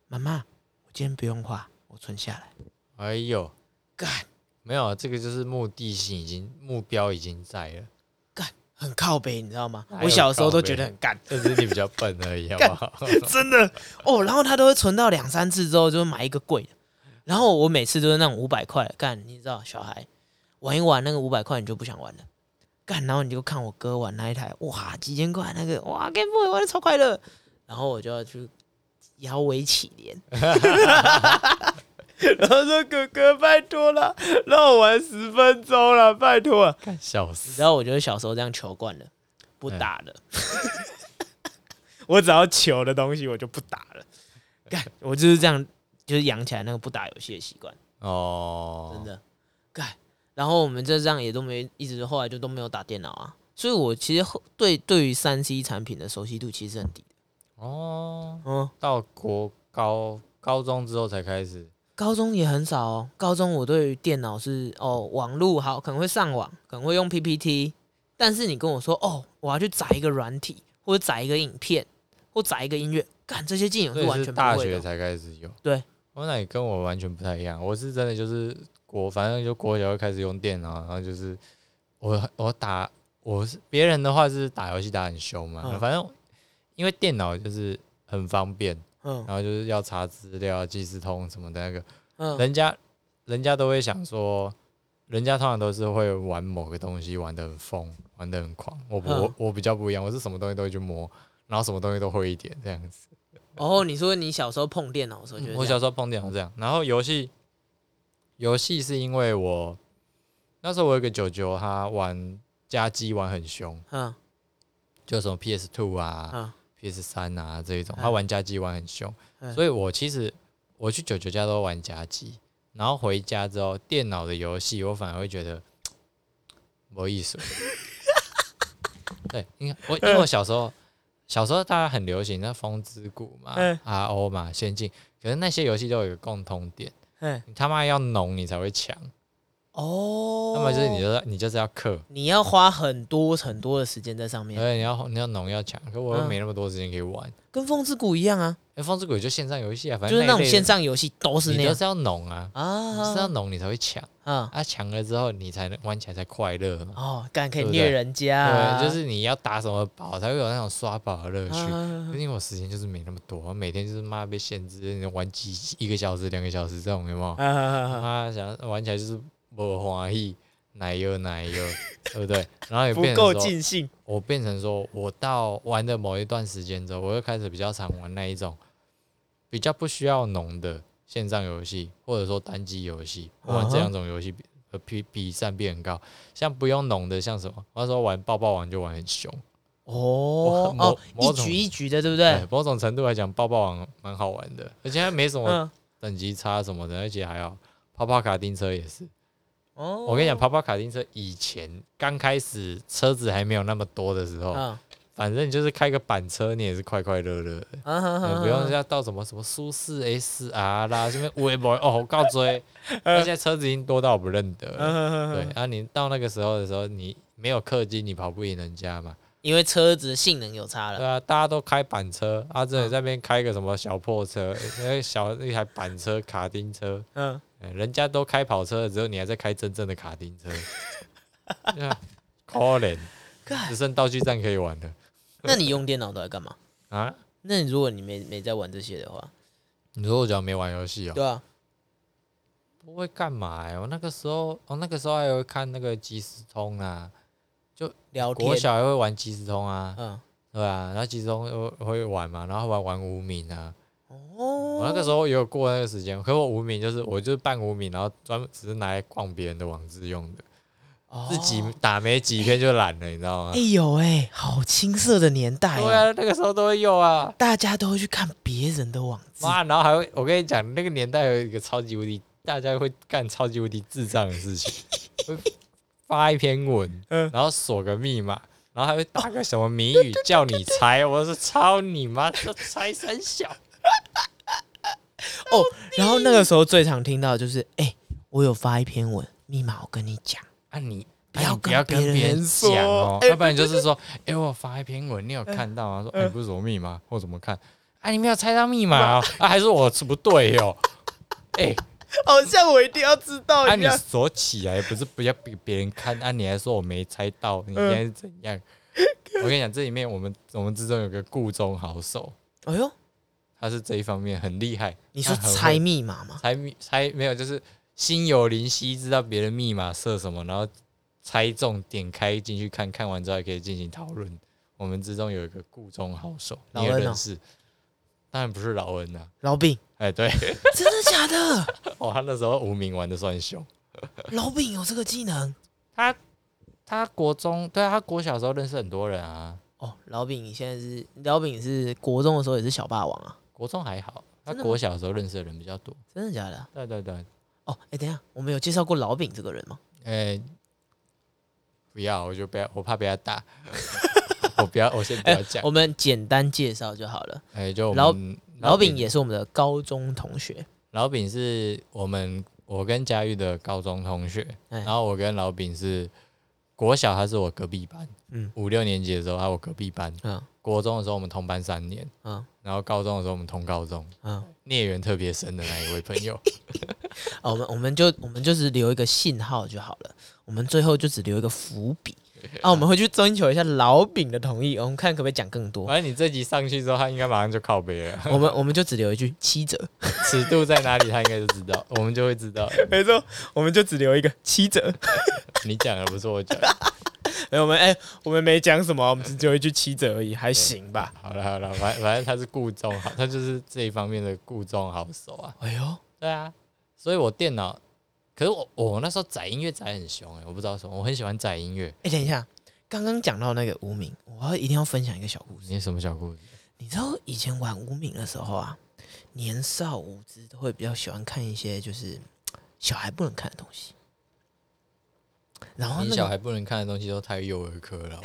C: 妈妈，我今天不用花，我存下来。
B: 哎呦，
C: 干，
B: 没有，啊这个就是目的性已经目标已经在了，
C: 很靠北，你知道吗
B: 哪？有
C: 我小时候都
B: 靠北
C: 觉得很干，
B: 就是你比较笨而 已，好不好？
C: 真的哦。然后他都会存到两三次之后，就会买一个贵的。然后我每次都是那种五百块，干，你知道，小孩玩一玩那个五百块，你就不想玩了。干，然后你就看我哥玩那一台，哇，几千块那个，哇，Game Boy 玩的超快乐。然后我就要去摇尾乞怜，
A: 然后说：“哥哥，拜托了，让我玩十分钟了，拜托
C: 啊
A: 了。
B: 干笑
C: 你
B: 死！
C: 知道，我就是小时候这样求惯了，不打了。
A: 我只要求的东西，我就不打了。
C: 干、我就是这样，就是养起来那个不打游戏的习惯，
B: 哦，
C: 真的。干、然后我们就这样也都没一直后来就都没有打电脑啊，所以我其实后对对于三 C 产品的熟悉度其实很低的。
B: 哦，
A: 嗯，
B: 到国高高中之后才开始，
C: 高中也很少哦。高中我对于电脑是哦，网络好，可能会上网，可能会用 PPT。但是你跟我说哦，我要去载一个软体，或者载一个影片，或载一个音乐，干这些技能
B: 所
C: 是完
B: 以是
C: 全不
B: 大
C: 会
B: 学
C: 的。
B: 才开始有。
C: 对，
B: 我那也跟我完全不太一样，我是真的就是国，反正就国小就开始用电脑，然后就是我我打我是别人的话是打游戏打很凶嘛，
C: 嗯
B: 反正因为电脑就是很方便，
C: 嗯
B: 然后就是要查资料、啊即时通什么的那个，
C: 嗯
B: 人家人家都会想说，人家通常都是会玩某个东西玩的很疯，玩的很狂。我不、我
C: 嗯
B: 我比较不一样，我是什么东西都会去摸，然后什么东西都会一点这样子。
C: 哦，你说你小时候碰电脑的时候就是这
B: 嗯
C: 样，
B: 我小时候碰电脑这样，然后游戏游戏是因为我那时候我有一个舅舅，他玩家机玩很凶，
C: 嗯
B: 就什么 PS Two 啊、
C: 嗯
B: PS 三啊这一种，
C: 嗯
B: 他玩家机玩很凶，
C: 嗯
B: 所以我其实我去九九家都玩家机，然后回家之后电脑的游戏我反而会觉得没意 思。对，因为我因为我小时候小时候大家很流行那风之谷嘛、
A: 嗯
B: RO 嘛、仙境，可是那些游戏都有一个共通点，
A: 哎，
B: 你他妈要浓你才会强，
C: 哦，
B: 那么就是你就是你就是要克。
C: 你要花很多很多的时间在上面，
B: 对，你要你要浓要强，可我又
C: 嗯
B: 没那么多时间可以玩。
C: 跟《风之谷》一样啊，
B: 哎、风之谷就线上游戏啊，反
C: 就
B: 正
C: 是那
B: 一
C: 种
B: 类的
C: 线上游戏都是
B: 你
C: 那
B: 就
C: 样
B: 是要浓啊，你就是要
C: 啊
B: 浓你才会强
C: 啊
B: 啊，强了之后你才能玩起来才快乐嘛。
C: 哦，干可以
B: 对不
C: 虐
B: 对
C: 人家啊，
B: 对，就是你要打什么宝才会有那种刷宝的乐趣。
C: 啊
B: 毕竟我时间就是没那么多，我每天就是妈被限制，你玩几一个小时、两个小时这种有没有？
C: 啊，
B: 妈想要玩起来就是不欢喜，奶油奶油，对不对？然 后也
A: 不
B: 变
A: 够
B: 成说，
A: 尽兴，
B: 我变成说我到玩的某一段时间之后，我又开始比较常玩那一种比较不需要浓的线上游戏，或者说单机游戏，我玩
C: 啊
B: 这两种游戏比呃比比占比很高。像不用浓的，像什么，我那时候玩抱抱王就玩很凶，
C: 哦
B: 很
C: 哦
B: 某，
C: 一
B: 某种
C: 局一局的，对不
B: 哎
C: 对？
B: 某种程度来讲，抱抱王蛮好玩的，而且它没什么
C: 嗯，
B: 等级差什么的，而且还好。跑跑卡丁车也是，
C: 哦，
B: 我跟你讲，跑跑卡丁车以前刚开始车子还没有那么多的时候，
C: 啊
B: 反正就是开个板车，你也是快快乐乐的。
C: 啊哈
B: 呃
C: 哈，
B: 不用要到什么什么舒适 S R 啦，什么微博哦，我告追，那现在车子已经多到我不认 得
C: 嗯
B: 了。对，
A: 对，
B: 啊，你到那个时候的时候，你没有氪金，你跑不赢人家嘛？
C: 因为车子性能有差
B: 对
C: 了，
B: 啊，大家都开板车，啊，这里在那边开个什么小破车，那个小一台板车、卡丁车，
A: 嗯，
B: 呃人家都开跑车了，只有你还在开真正的卡丁车，对啊可怜，
C: 干
B: 只剩道具站可以玩了
C: 那你用电脑都在干嘛？
B: 啊！
C: 那你如果你没没在玩这些的话，
B: 你说我讲没玩游戏哦？
C: 对啊，
B: 不会干嘛、欸？我那个时候，我、那个时候还会看那个即时通啊，
C: 聊天
B: 国，小还会玩即时通啊，
C: 嗯，
B: 对啊，然后即时通又会玩嘛，然后玩玩无名啊。
C: 哦，
B: 我那个时候也有过那个时间，可我无名就是我就是办无名，然后专门只是拿来逛别人的网志用的，
C: 哦
B: 自己打没几篇就懒了，你知道吗
C: 哎？呦哎，好青涩的年代
B: 对
C: 哦，
B: 啊，那个时候都会用啊。
C: 大家都会去看别人的网志，
B: 妈，然后还会，我跟你讲，那个年代有一个超级无敌，大家会干超级无敌智障的事情，会发一篇文，
A: 嗯
B: 然后锁个密码，然后还会打个什么谜语叫你猜，我是操你妈，这猜三小，
C: 哦然后那个时候最常听到的就是，哎，我有发一篇文，密码我跟你讲，
B: 啊你。
C: 不要
B: 啊你不
C: 跟
B: 要跟
C: 别人
B: 别人
A: 说
B: 讲哦，
A: 哎
B: 要不然就是 说，哎，我发一篇文，你有
C: 嗯
B: 看到吗？说，哎，不是什么密码，我怎么看？啊，你没有猜到密 码哦，啊，还是我不对哦，哎，
A: 好像我一定要知道
B: 啊，
A: 一
B: 你
A: 样，
B: 锁起来不是不要给别人看，啊，你还说我没猜到，你
A: 嗯
B: 现在是怎样？我跟你讲，这里面我们我们之中有个故中好手，
C: 哎呦，
B: 他是这一方面很厉害。
C: 你说
B: 他很会
C: 猜密码吗？
B: 猜密猜没有，就是心有灵犀，知道别人密码设什么，然后猜中点开进去看看完之后，还可以进行讨论。我们之中有一个故中好手，你也
C: 老恩哦
B: 认识？当然不是老恩呐、
C: 老饼，
B: 哎，对，
C: 真的假的？
B: 哦，他那时候无名玩的算凶。
C: 老饼有这个技能
B: 他他国中对啊，他国小的时候认识很多人啊，
C: 哦。老饼，你现在是老饼是国中的时候也是小霸王啊？
B: 国中还好，他
C: 真的吗
B: 国小的时候认识的人比较多。
C: 真的假的？
B: 对对对，
C: 哦，哎，等一下，我们有介绍过老饼这个人吗？
B: 呃、不要，我就不要，我怕被他打。我不要，我先不要讲
C: 我。们简单介绍就好了。
B: 哎、就我
C: 老
B: 们
C: 老饼也是我们的高中同学，
B: 老饼是我们我跟佳玉的高中同学，
C: 哎
B: 然后我跟老饼是国小，他是我隔壁班，
C: 嗯
B: 五六年级的时候他我隔壁班，
C: 嗯
B: 国中的时候我们同班三年，
C: 嗯
B: 然后高中的时候我们同高中，
C: 嗯，
B: 孽缘特别深的那一位朋友，
C: 啊，我们我们就我们就是留一个信号就好了，我们最后就只留一个伏 笔。啊，我们会去征求一下老饼的同意，我们看可不可以讲更多。
B: 反正你这集上去之后，他应该马上就靠背 了，
C: 我们我们就只留一句七折，
B: 尺度在哪里，他应该就知道，我们就会知道。
A: 没错，我们就只留一个七折。
B: 你讲的不是我讲的，
A: 哎，我们哎、我们没讲什么，我们只留一句七折而已，还行吧？
B: 好了好了，反反正他是顾重好，他就是这一方面的顾重好手啊。
A: 哎呦，
B: 对啊，所以我电脑，可是我我那时候载音乐载很凶哎、我不知道为什么，我很喜欢载音乐。
C: 哎、等一下，刚刚讲到那个无名，我要一定要分享一个小故事。
B: 你什么小故事？
C: 你知道以前玩无名的时候啊，年少无知都会比较喜欢看一些就是小孩不能看的东西。然后
B: 你
C: 啊那
B: 小
C: 个，
B: 孩不能看的东西都太幼儿科了。好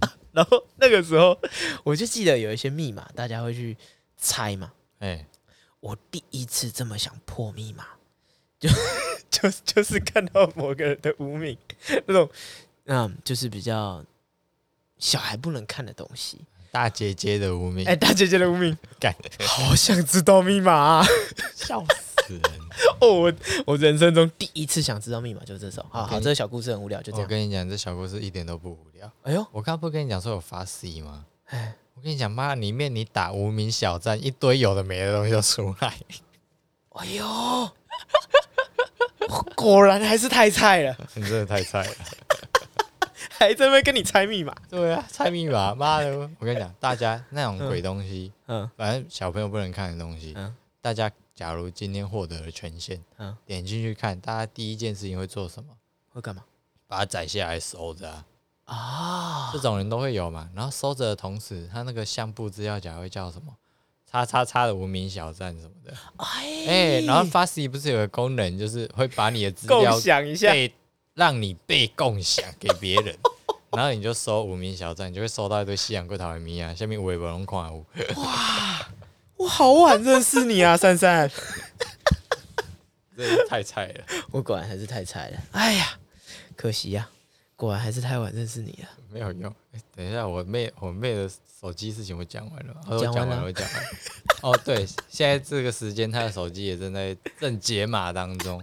B: 不好
C: 然后那个时候， 我就记得有一些密码，大家会去猜嘛。
B: 哎、
C: 我第一次这么想破密码，
A: 就是就是看到某个人的无名，那种
C: 嗯，就是比较小孩不能看的东西。
B: 大姐姐的无名
A: 哎、，大姐姐的无名，
B: 感、
A: 好想知道密码、 啊、
B: 笑死人！
A: 哦！我我人生中
C: 第一次想知道密码就是这首。好
B: 我
C: 好，
B: 跟你
C: 这个小故事很无聊，就这
B: 我
C: 样。
B: 跟你讲，这小故事一点都不无聊。
C: 哎呦，
B: 我刚不跟你讲说有发 C 吗？
C: 哎，
B: 我跟你讲，妈，里面你打无名小站，一堆有的没的东西都出来。
C: 哎呦，
A: 果然还是太菜了，
B: 你真的太菜了。
A: 还在那边跟你猜密码。
B: 对啊，猜密码，妈的！我跟你讲，大家那种鬼东西，
C: 嗯
B: 嗯，反正小朋友不能看的东西，
C: 嗯
B: 大家假如今天获得了权限，
C: 嗯
B: 嗯，点进去看，大家第一件事情会做什么？
C: 会干嘛
B: 把它摘下来收着啊，
C: 啊
B: 这？种人都会有嘛。然后收着的同时，他那个相簿资料夹会叫什么？叉叉叉的无名小站什么的，
C: 哎
B: 哎、然后 Fussy 不是有个功能，就是会把你的资
A: 共
B: 料
A: 享一下，
B: 被让你被共享给别人， 然后你就收无名小站，你就会收到一堆西洋过头的米啊，下面微博龙狂舞，
A: 我好晚认识你啊， 珊珊。
B: 这也太菜了，
C: 我果然还是太菜了。哎呀，可惜呀、果然还是太晚认识你了。
B: 没有用。诶哎等一下，我妹我妹的手机事情我讲完了吗，哦我
C: 讲
B: 讲完
C: 完了
B: 了，我讲完了。哦，对，现在这个时间，她的手机也正在正解码当 中。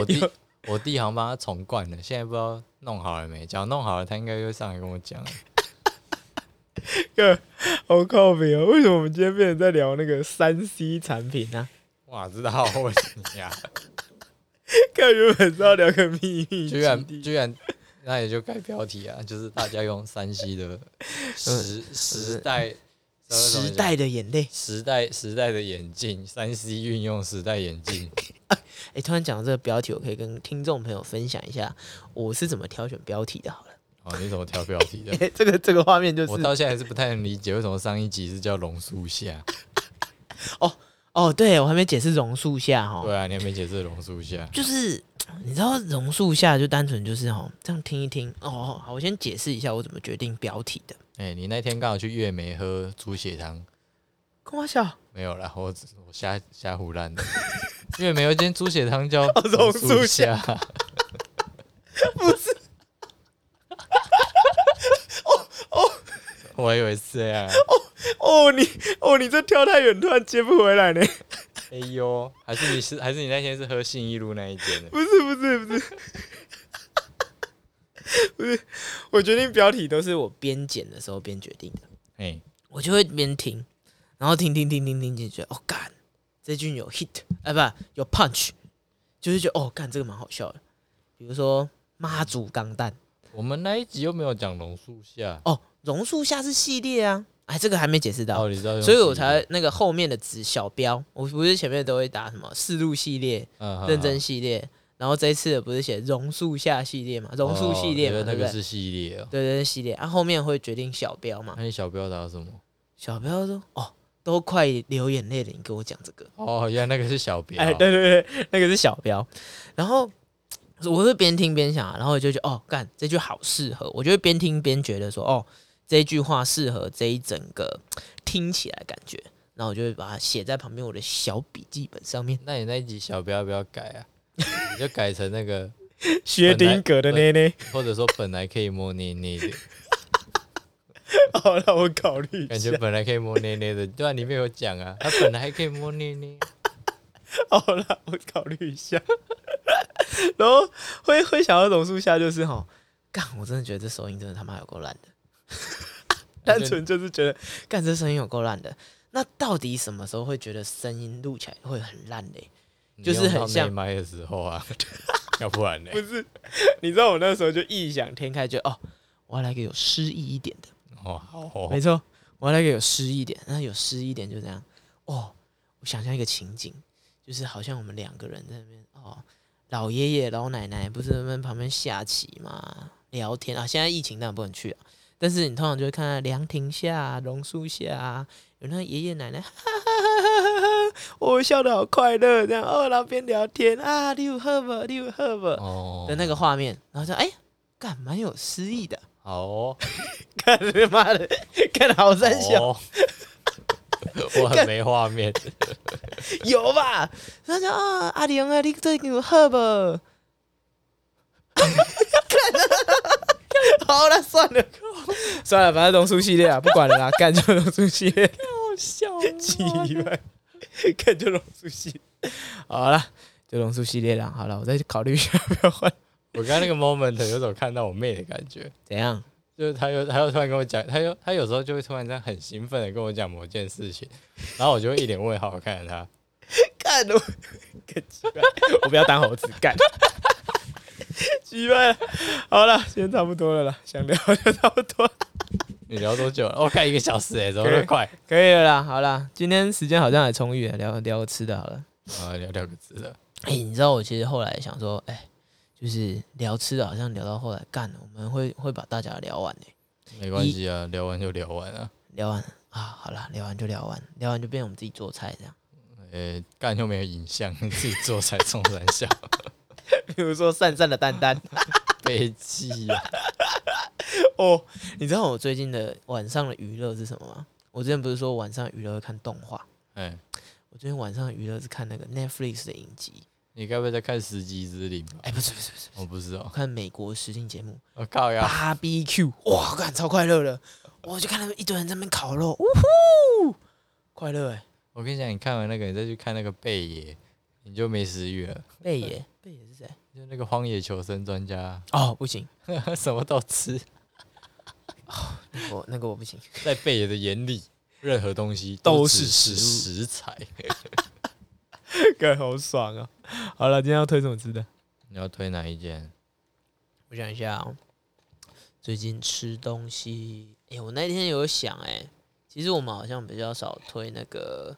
B: 我弟我弟好像帮她重灌了，现在不知道弄好了没。假如弄好了，他应该就会上来跟我讲了。
A: 个好靠谱哦！为什么我们今天变成在聊那个三 C 产品啊呢、
B: 哇，知道我你啊 呀、
A: 看原本是要聊个秘密
B: 居
A: 基
B: 然
A: 地，
B: 居然，那也就改标题啊，就是大家用山西 的时时代
C: 时代的眼泪。
B: 时代时代的眼镜，山西运用时代眼镜，
C: 哎、突然讲到这个标题，我可以跟听众朋友分享一下我是怎么挑选标题的。好 了，
B: 哦，你怎么挑标题的？
C: 这个这个画 面就
B: 我
C: 是
B: 到现在还是不太能理解，为什么上一集是叫榕树下？
C: 哦，对我还没解释榕树下哈。
B: 对啊，你还没解释榕树下。
C: 就是你知道榕树下就单纯就是哦，这样听一听哦。好，我先解释一下我怎么决定标题的。
B: 哎、你那天刚好去月梅喝猪血汤，
C: 跟我笑
B: 没有啦，我只我瞎瞎胡乱的。 月梅有一间猪血汤叫
C: 哦
A: 榕树
B: 树
A: 下
B: 下，
C: 哦
B: 我以为是这样啊。
A: 哦，你哦，你这跳太远，突然接不回来 呢。
B: 哎呦，还是你是还是你那天是喝信义路那一间的？
A: 不是不是不是，不是，我决定标题都是我
C: 我边剪的时候边决定的，
B: 哎、
C: 我就会边听，然后听听听听听听，觉得哦干，这句有 hit，哎、不有 punch，就是觉得哦干这个蛮好笑的。比如说妈祖钢蛋，
B: 我们那一集又没有讲榕树下，
C: 哦榕树下是系列啊，哎这个还没解释到，
B: 哦，你知道用
C: 所以我
B: 信义
C: 才
B: 路
C: 那个后面的子小标，我不是前面都会打什么四路系列、
B: 嗯
C: 认真
B: 嗯
C: 系列，然后这一次的不是写榕树下系列嘛，榕树系列
B: 哦你觉
C: 嘛，
B: 得
C: 对
B: 那
C: 不
B: 个
C: 对？
B: 是系列哦。
C: 对对对，系列，啊后面会决定小标嘛，
B: 那你小标打什么？
C: 小标说哦都快流眼泪了，你跟我讲这个，
B: 哦，原来那个是小标。
A: 哎，对对对，
C: 那个是小标，然后。我会边听边想啊，然后我就觉得哦，干这句好适合，我就会边听边觉得说哦，这一句话适合这一整个听起来的感觉，然后我就会把它写在旁边我的小笔记本上面。
B: 那你那一集小标不要改啊，你就改成那个，
A: 薛定谔的捏捏。
B: 或者说本来可以摸捏 捏的，
A: 啊好，让我考虑一
B: 感
A: 下
B: 觉。本来可以摸捏捏的，对啊，里面有 讲啊，他本来还可以摸捏捏，
A: 好啦，我考虑一下。 然后会会想要榕树下，就是哈，干，我真的觉得这收音真的他妈有够烂的， 单纯就是觉得干这声音有够烂的。那到底什么时候会觉得声音录起来会很烂嘞？ 就是很像
B: 你用到内麦的时候啊， 要不然呢
A: 不？是， 你知道我那时候就异想天开，觉得哦，我要来个有诗意一点的。
B: 哦，好哦
A: 没错，我要来个有诗意一点。那有诗意一点就这样哦，我想象一个情景，就是好像我们两个人在那边哦，老爷爷老奶奶不是在那边旁边下棋嘛，聊天啊。现在疫情当然不能去啊，但是你通常就会看到凉亭下、榕树下，有那爷爷奶奶，哈哈哈哈哈哈，我笑得好快乐，这样哦，然后边聊天啊，六赫吧，六赫吧
B: 哦
A: 的那个画面，然后就哎，干蛮有诗意的。
B: 好哦，
A: 看他妈的，看好三小、
B: 哦 我很没画 面，
A: 有吧？他说啊，阿玲啊，你最近有喝不？ 好了，算了，算了，反正龙叔系列啊，不管了 啦，干就龙叔系列，
B: 好笑哦，
A: 几万，干就龙叔系列，好了，就龙叔系列啦，好了，我再去考虑一下要不要换，
B: 我刚刚那个 moment 有种看到我妹的感觉，
A: 怎样？
B: 就是她又她又突然跟我讲，她又她有时候就会突然这样很兴奋的跟我讲某件事情，然后我就会一脸问号看着她，
A: 干我，干鸡巴，我不要当猴子 干。鸡巴，好了，今天差不多了啦，想聊就差不多，
B: 你聊多久了？我、看一个小时哎、怎么那 么快？
A: 可以了啦。好啦，今天时间好像也充裕了，啊聊聊个吃的好了。
B: 啊，聊两个字了，
C: 哎、你知道我其实后来想说，哎、就是聊吃的，好像聊到后来干，我们会会把大家聊完呢、哎
B: 没关系啊，聊完就聊完啊，
C: 聊完啊，好啦，聊完就聊完，聊完就变我们自己做菜这样。
B: 呃、干又没有影像， 你自己做才冲三笑，
A: 比如说散散的蛋 蛋
B: 悲戚呀、
A: 哦，
C: 你知道我最近的晚上的娱乐是什么吗？我之前不是说晚上娱乐会看动画，
B: 哎、
C: 我最近晚上的娱乐是看那个 Netflix 的影集。
B: 你该不会在看《十级之灵》吧？
C: 哎、不是不是不是，
B: 我不知
C: 我
B: 道，
C: 看美国实境节目
B: 我、靠呀！
C: b 比 Q，哇，看超快乐的，我就看他们一堆人在那边烤肉，呜呼，快乐哎、
B: 我跟你讲，你看完那个，你再去看那个贝爷，你就没食欲了。
C: 贝爷，贝爷是谁？
B: 就那个荒野求生专家，
C: 哦，不行，
B: 什么都吃，
C: 我那个我不行。
B: 在贝爷的眼里，任何东西
A: 都
B: 只
A: 是
B: 是
A: 食
B: 食材。
A: 干好爽啊！好了，今天要推什么吃的？
B: 你要推哪一间？
C: 我想一下、哦，最近吃东西，哎、我那天有想、哎，其实我们好像比较少推那个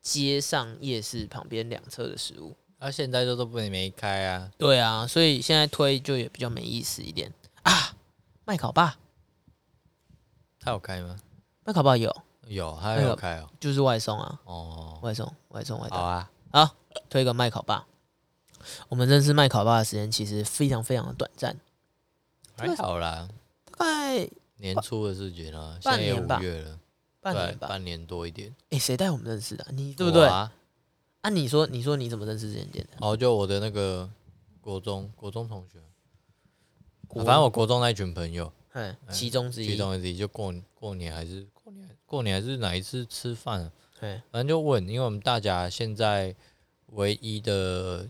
C: 街上夜市旁边两侧的食物。
B: 啊，现在就都不能没开啊！
C: 对啊，所以现在推就也比较没意思一点啊。麦烤霸，
B: 他有开吗？
C: 麦烤霸有，
B: 有，他
C: 那个
B: 有开哦。
C: 就是外送啊，
B: 哦，
C: 外送，外送，外
B: 好
C: 送，
B: 啊，
C: 推个麦烤霸。我们认识麦烤霸的时间其实非常非常的短暂，
B: 还好啦。
C: 大概
B: 年初的事情啊，现
C: 半
B: 在也
C: 年吧
B: 五月了，
C: 半
B: 对
C: 年吧。
B: 半年多一点，
C: 哎、谁带我们认识的啊？你对不对？
B: 我
C: 啊，
B: 啊
C: 你说，你说你怎么认识这间店的？
B: 哦，就我的那个国中国中同学，啊
C: 国
B: 反正我国中那一群朋友，
C: 嗯，其中之
B: 其
C: 一。
B: 中一次就过过年还是过年过年还是哪一次吃饭、啊，
C: 对，
B: 反正就问，因为我们大甲现在唯一的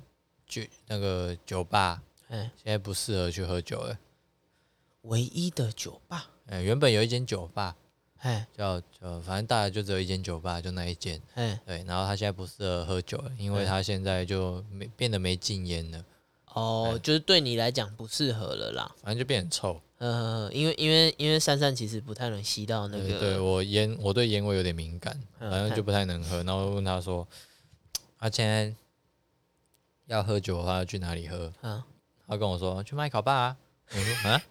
B: 酒那个酒吧
C: 哎，
B: 现在不适合去喝酒了。
C: 唯一的酒吧，
B: 哎，原本有一间酒吧
C: 哎
B: 叫叫，反正大家就只有一间酒吧，就那一间。
C: 哎，
B: 对，然后他现在不适合喝酒了，因为
C: 嗯
B: 他现在就没变得没禁烟了，
C: 哦
B: 哎，
C: 就是对你来讲不适合了啦。
B: 反正就变很臭。
C: 呃，因为因为因为珊珊其实不太能吸到那
B: 对对
C: 个，
B: 我烟，我对烟味有点敏感，
C: 嗯
B: 反正就
C: 看
B: 不太能喝。然后问他说，他现在要喝酒的话要去哪里喝？
C: 啊，
B: 他跟我说去麦烤吧、啊。我说啊，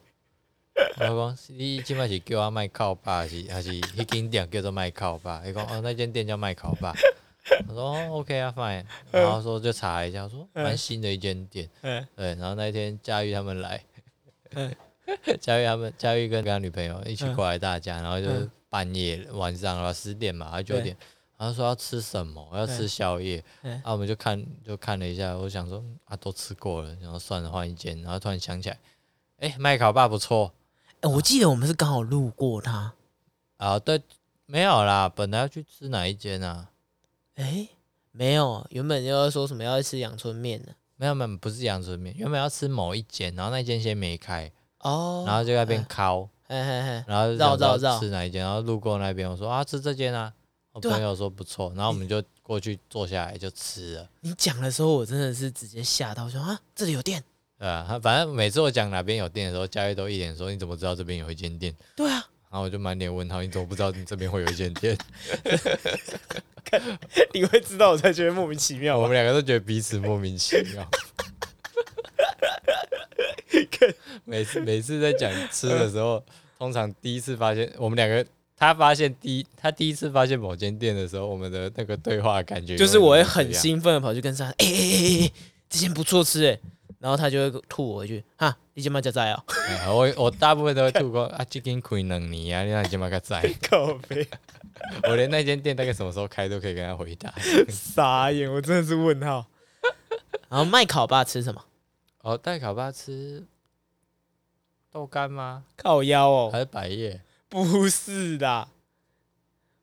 B: 我说你今麦是叫我麦烤吧，是还是一间店叫做麦烤吧？他讲哦，那间店叫麦烤吧。我说、哦、OK 啊，fine。然后说就
C: 嗯
B: 查一下，说蛮新的一间店。
A: 嗯，
B: 对，然后那一天佳玉他们来，佳玉他们，佳玉跟跟他女朋友一起
C: 嗯
B: 过来大家，然后就是
C: 嗯
B: 半夜晚上了十点嘛，还九
C: 对
B: 点，然后说要吃什么，要吃
C: 对
B: 宵夜，
C: 嗯
B: 啊，我们就看就看了一下，我想说啊都吃过了，然后算了换一间，然后突然想起来，哎、麦烤霸不错
C: 哎我记得我们是刚好路过他，
B: 啊，对，没有啦，本来要去吃哪一间啊？
C: 哎、
D: 没有，原本就要说什么要吃阳春面呢。
B: 没有没有，不是阳春面，原本要吃某一间，然后那间先没开，
D: 哦，
B: 然后就在那
C: 嗯
B: 边烤。
D: 嘿嘿嘿，
B: 然后
D: 绕
B: 绕
D: 绕
B: 绕
D: 绕
B: 吃哪一间，然后路过那边，我说啊吃这间啊，我
C: 对啊
B: 朋友说不错，然后我们就过去坐下来就吃了，
C: 你讲的时候我真的是直接吓到，我说啊这里有店，
B: 对啊，他反正每次我讲哪边有店的时候，佳玉都一脸说你怎么知道这边有一间店，
C: 对啊，
B: 然后我就满脸问号，你怎么不知道你这边会有一间店？
C: 你会知道我才觉得莫名其妙
B: 我们两个都觉得彼此莫名其妙。每次每次在讲吃的时候，通常第一次发现我们两个，他发现第一他第一次发现某间店的时候，我们的那个对话感觉
C: 就是我
B: 永
C: 会
B: 远
C: 很
B: 这样
C: 兴奋的跑去跟 他，哎哎哎哎哎，这间不错吃哎、然后他就会吐我一句，哈，你今麦加在哦，
B: 啊 我我大部分都会吐过 啊，这间开两年啊，你那已经把个在，
C: 靠背，
B: 我连那间店大概什么时候开都可以跟他回答。
C: 傻眼，我真的是问号。 然后麦烤吧吃什么？
B: 哦，带烤巴吃豆干吗？
C: 靠腰哦，
B: 还是百叶？
C: 不是的，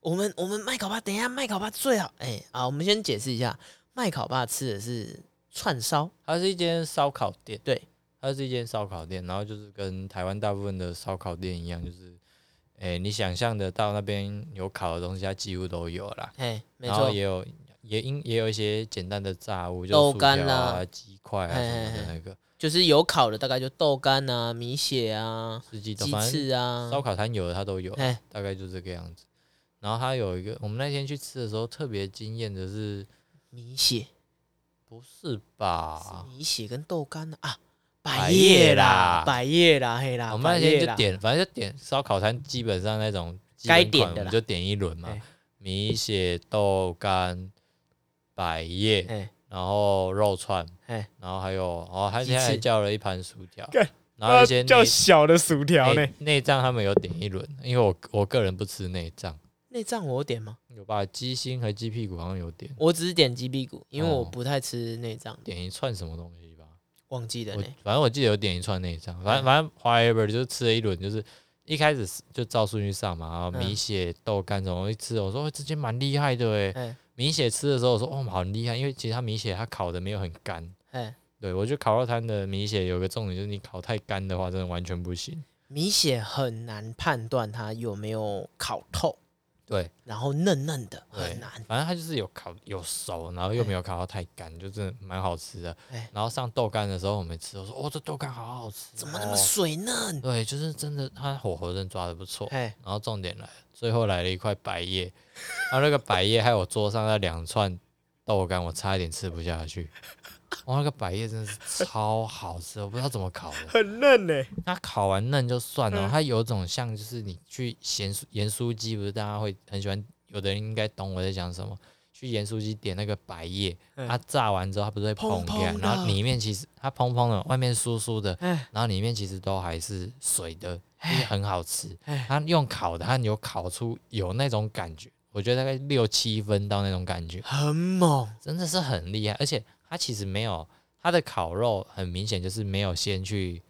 C: 我们我们麦烤吧，等一下麦烤吧最好。哎、啊，我们先解释一下，麦烤吧吃的是串烧，
B: 它是一间烧烤店，
C: 对，
B: 它是一间烧烤店，然后就是跟台湾大部分的烧烤店一样，就是，诶、你想象得到那边有烤的东西，它几乎都有啦，
C: 哎、没
B: 然后
C: 错，
B: 也有也应也有一些简单的炸物，就
C: 豆
B: 薯
C: 干
B: 条
C: 啦
B: 啊、鸡块啊什么
C: 嘿
B: 的
C: 嘿嘿
B: 那个，
C: 就是有烤的，大概就豆干啊、米血啊、
B: 四季豆，
C: 鸡
B: 反正
C: 翅啊，
B: 烧烤摊有的它都有
C: 哎，
B: 大概就这个样子。然后它有一个，我们那天去吃的时候特别惊艳的是，
C: 米血。
B: 不是吧？
C: 米血跟豆干啊啊，
B: 啊百
C: 百
B: 叶
C: 叶啦
B: 啦，
C: 百叶啦，嘿啦，
B: 我们那
C: 百
B: 天
C: 叶
B: 就
C: 啦，
B: 点，反正就点烧烤摊，基本上那种基
C: 该
B: 本
C: 点
B: 款
C: 的
B: 我们
C: 啦
B: 就点一轮嘛
C: 哎，
B: 米血、豆干、百叶，
C: 哎，
B: 然后肉串，
C: 哎
B: 然后还有哦，他
C: 鸡
B: 现在还
C: 翅
B: 叫了一盘薯条
C: 干，
B: 然后一些内
C: 啊小的薯条
B: 内内脏他们有点一轮，因为我我个人不吃内脏，
C: 内脏我有点吗？
B: 有吧？鸡心和鸡屁股好像有点。
C: 我只是点鸡屁股，因为
B: 哦
C: 我不太吃内脏，
B: 点一串什么东西吧，
C: 忘记了
B: 我
C: 呢。
B: 反正我记得有点一串那一张，反
C: 嗯
B: 正反正 whatever 就是吃了一轮，就是一开始是就照顺序上嘛，然后米
C: 嗯
B: 血、豆干什么我一吃，我说、哦、这间蛮厉害的诶。
C: 哎
B: 米血吃的时候我说哦好厉害，因为其实它米血它烤的没有很干，
C: 哎，
B: 对我觉得烤肉摊的米血有个重点就是你烤太干的话真的完全不行，
C: 米血很难判断它有没有烤透，
B: 对，
C: 然后嫩嫩的
B: 对
C: 很难。
B: 反正它就是有烤有熟，然后又没有烤到太干，就真的蛮好吃的
C: 哎。
B: 然后上豆干的时候我们吃，我说哦这豆干好好吃哦，哦
C: 怎么那么水嫩？
B: 对，就是真的，它火候真的抓的不错。
C: 哎，
B: 然后重点来了，最后来了一块百叶，然后那个百叶还有我桌上那两串豆干，我差一点吃不下去。哇，那个百叶真的是超好吃，我不知道怎么烤的。
C: 很嫩呢。
B: 它烤完嫩就算
C: 嗯
B: 了，它有种像就是你去咸酥盐酥鸡，不是大家会很喜欢，有的人应该懂我在讲什么。去盐酥鸡点那个百叶，
C: 嗯
B: 它炸完之后它不是会
C: 蓬
B: 蓬起来，
C: 蓬的
B: 然后里面其实它蓬蓬的，外面酥酥的，
C: 哎
B: 然后里面其实都还是水的，就是很好吃
C: 哎。
B: 它用烤的，它有烤出有那种感觉，我觉得大概六七分到那种感觉，
C: 很猛，
B: 真的是很厉害。而且它其实没有它的烤肉，很明显就是没有先去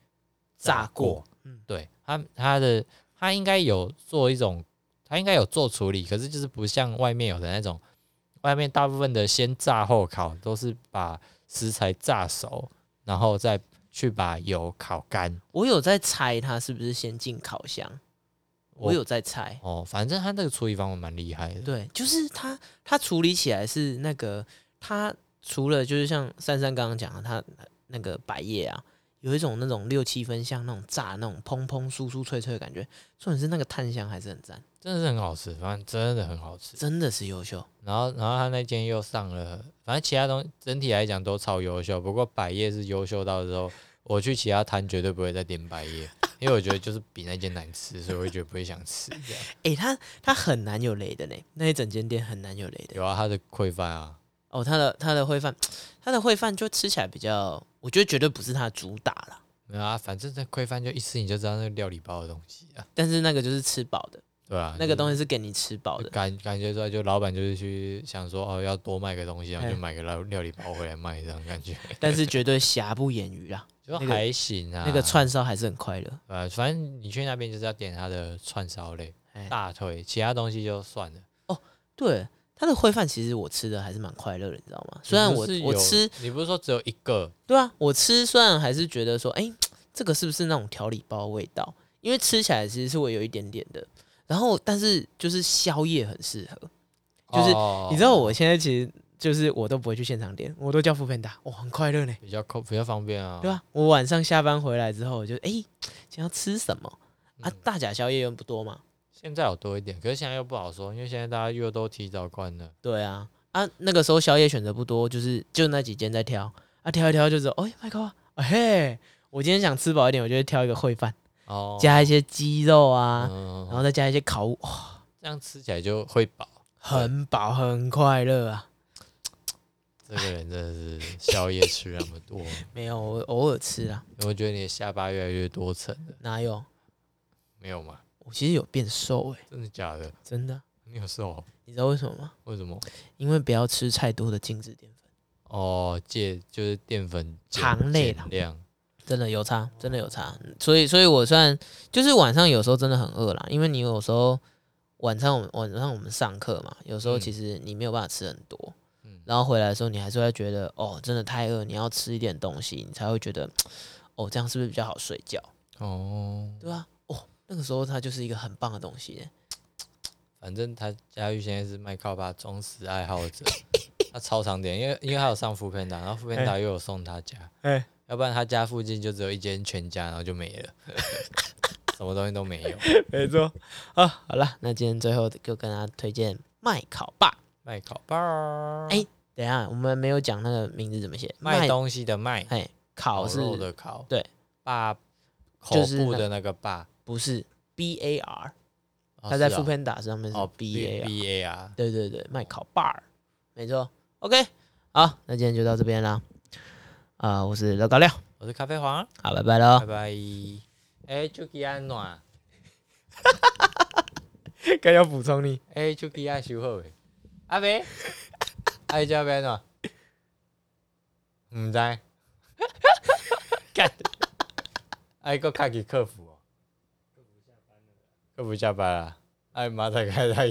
C: 炸过
B: 过。对它它的它应该有做一种，它应该有做处理，可是就是不像外面有的那种，外面大部分的先炸后烤，都是把食材炸熟，然后再去把油烤干。
C: 我有在猜它是不是先进烤箱，我有在猜。
B: 哦，反正他那个处理方法蛮厉害的。
C: 对，就是它它处理起来是那个它除了就是像珊珊刚刚讲的，它那个百叶啊，有一种那种六七分像那种炸那种砰砰酥酥脆脆的感觉，重点是那个炭香还是很赞，
B: 真的是很好吃，反正真的很好吃。
C: 真的是优秀。
B: 然后，然后他那间又上了，反正其他东整体来讲都超优秀。不过百叶是优秀到之后，我去其他摊绝对不会再点百叶， 因为我觉得就是比那间难吃，所以我就觉得不会想吃。这样
C: 诶，它它很难有雷的呢，那一整间店很难有雷的。
B: 有啊，它的烩饭啊，
C: 哦，它的它的烩饭，它的烩饭就吃起来比较，我觉得绝对不是它的主打啦。
B: 没有啊，反正那规范就一吃你就知道那个料理包的东西啊，
C: 但是那个就是吃饱的，
B: 对啊，
C: 那个东西是给你吃饱
B: 就
C: 的。
B: 感感觉出来，就老板就是去想说哦，要多卖个东西，然后就
C: 哎
B: 买个料料理包回来卖，这样感觉
C: 但是绝对瑕不掩瑜啦，
B: 就
C: 那个
B: 还行啊。
C: 那个串烧还是很快乐。
B: 呃，反正你去那边就是要点他的串烧类、
C: 哎
B: 大腿，其他东西就算了。
C: 对，它的烩饭其实我吃的还是蛮快乐的，你知道吗？虽然
B: 你不
C: 我
B: 是
C: 我
B: 有
C: 吃，
B: 你不是说只有一个？
C: 对啊，我吃虽然还是觉得说，哎、这个是不是那种调理包的味道？因为吃起来其实是会有一点点的。然后，但是就是宵夜很适合，就是
B: 哦
C: 你知道我现在其实就是我都不会去现场点，我都叫副片打，我很快乐呢，
B: 比较扣比较方便啊，
C: 对吧、我晚上下班回来之后，我就哎、想要吃什么啊？大甲宵夜又不多嘛，
B: 现在有多一点，可是现在又不好说，因为现在大家又都提早关了。
C: 对啊，啊，那个时候宵夜选择不多，就是就那几间在挑，啊，挑一挑就是，哎、麦克啊，啊嘿，我今天想吃饱一点，我就会挑一个烩饭，
B: 哦，
C: 加一些鸡肉啊，
B: 嗯，哦
C: 然后再加一些烤物，哇
B: 这样吃起来就会饱。
C: 很饱，很快乐啊。
B: 这个人真的是 宵夜吃那么多，
C: 没有，我偶尔吃啊，
B: 我觉得你的下巴越来越多层了，
C: 哪有？
B: 没有吗？
C: 我其实有变瘦哎、
B: 真的假的？
C: 真的。
B: 你有瘦哦？
C: 你知道为什么吗？
B: 为什么？
C: 因为不要吃太多的精致淀粉，
B: 哦，戒就是淀粉减
C: 糖类啦
B: 减量，
C: 真的有差，真的有差。嗯所以，所以我算就是晚上有时候真的很饿啦，因为你有时候晚上我们晚上我们上课嘛，有时候
B: 嗯
C: 其实你没有办法吃很多，
B: 嗯
C: 然后回来的时候你还是会觉得哦，真的太饿，你要吃一点东西，你才会觉得哦，这样是不是比较好睡觉？
B: 哦，
C: 对吧、哦，那个时候它就是一个很棒的东西耶。
B: 反正他佳玉现在是麦靠吧忠实爱好 者，他超常点，因为因为他有上副片达，然后副片达又有送他家，
C: 哎
B: 要不然他家附近就只有一间全家，然后就 没了，什么东西都没有。
C: 没错 啊，好了，那今天最后就跟大家推荐麦烤霸。
B: 麦烤包，
C: 哎等一下我们没有讲那个名字怎么写，
B: 卖东西的卖，
C: 哎烤是
B: 肉的烤，
C: 对，
B: 霸口
C: 就是
B: 部
C: 那
B: 的那个霸，
C: 不是 B A R？
B: 哦
C: 他在
B: 是哦
C: 副片打上面是啊
B: 哦
C: B A，
B: B A 啊，
C: 对对对，麦烤 bar，没错。OK，好，那今天就到这边啦。啊、我是老高亮，
B: 我是咖啡黄，
C: 好，拜拜喽
B: 拜。拜。哎，就给安暖，
C: 该要补充你，
B: 哎，就给安修好诶。阿伯，阿伯叫安暖，唔知，干，哎，à? 个卡给客服哦，客服下班了，客服下班了，哎，马仔开太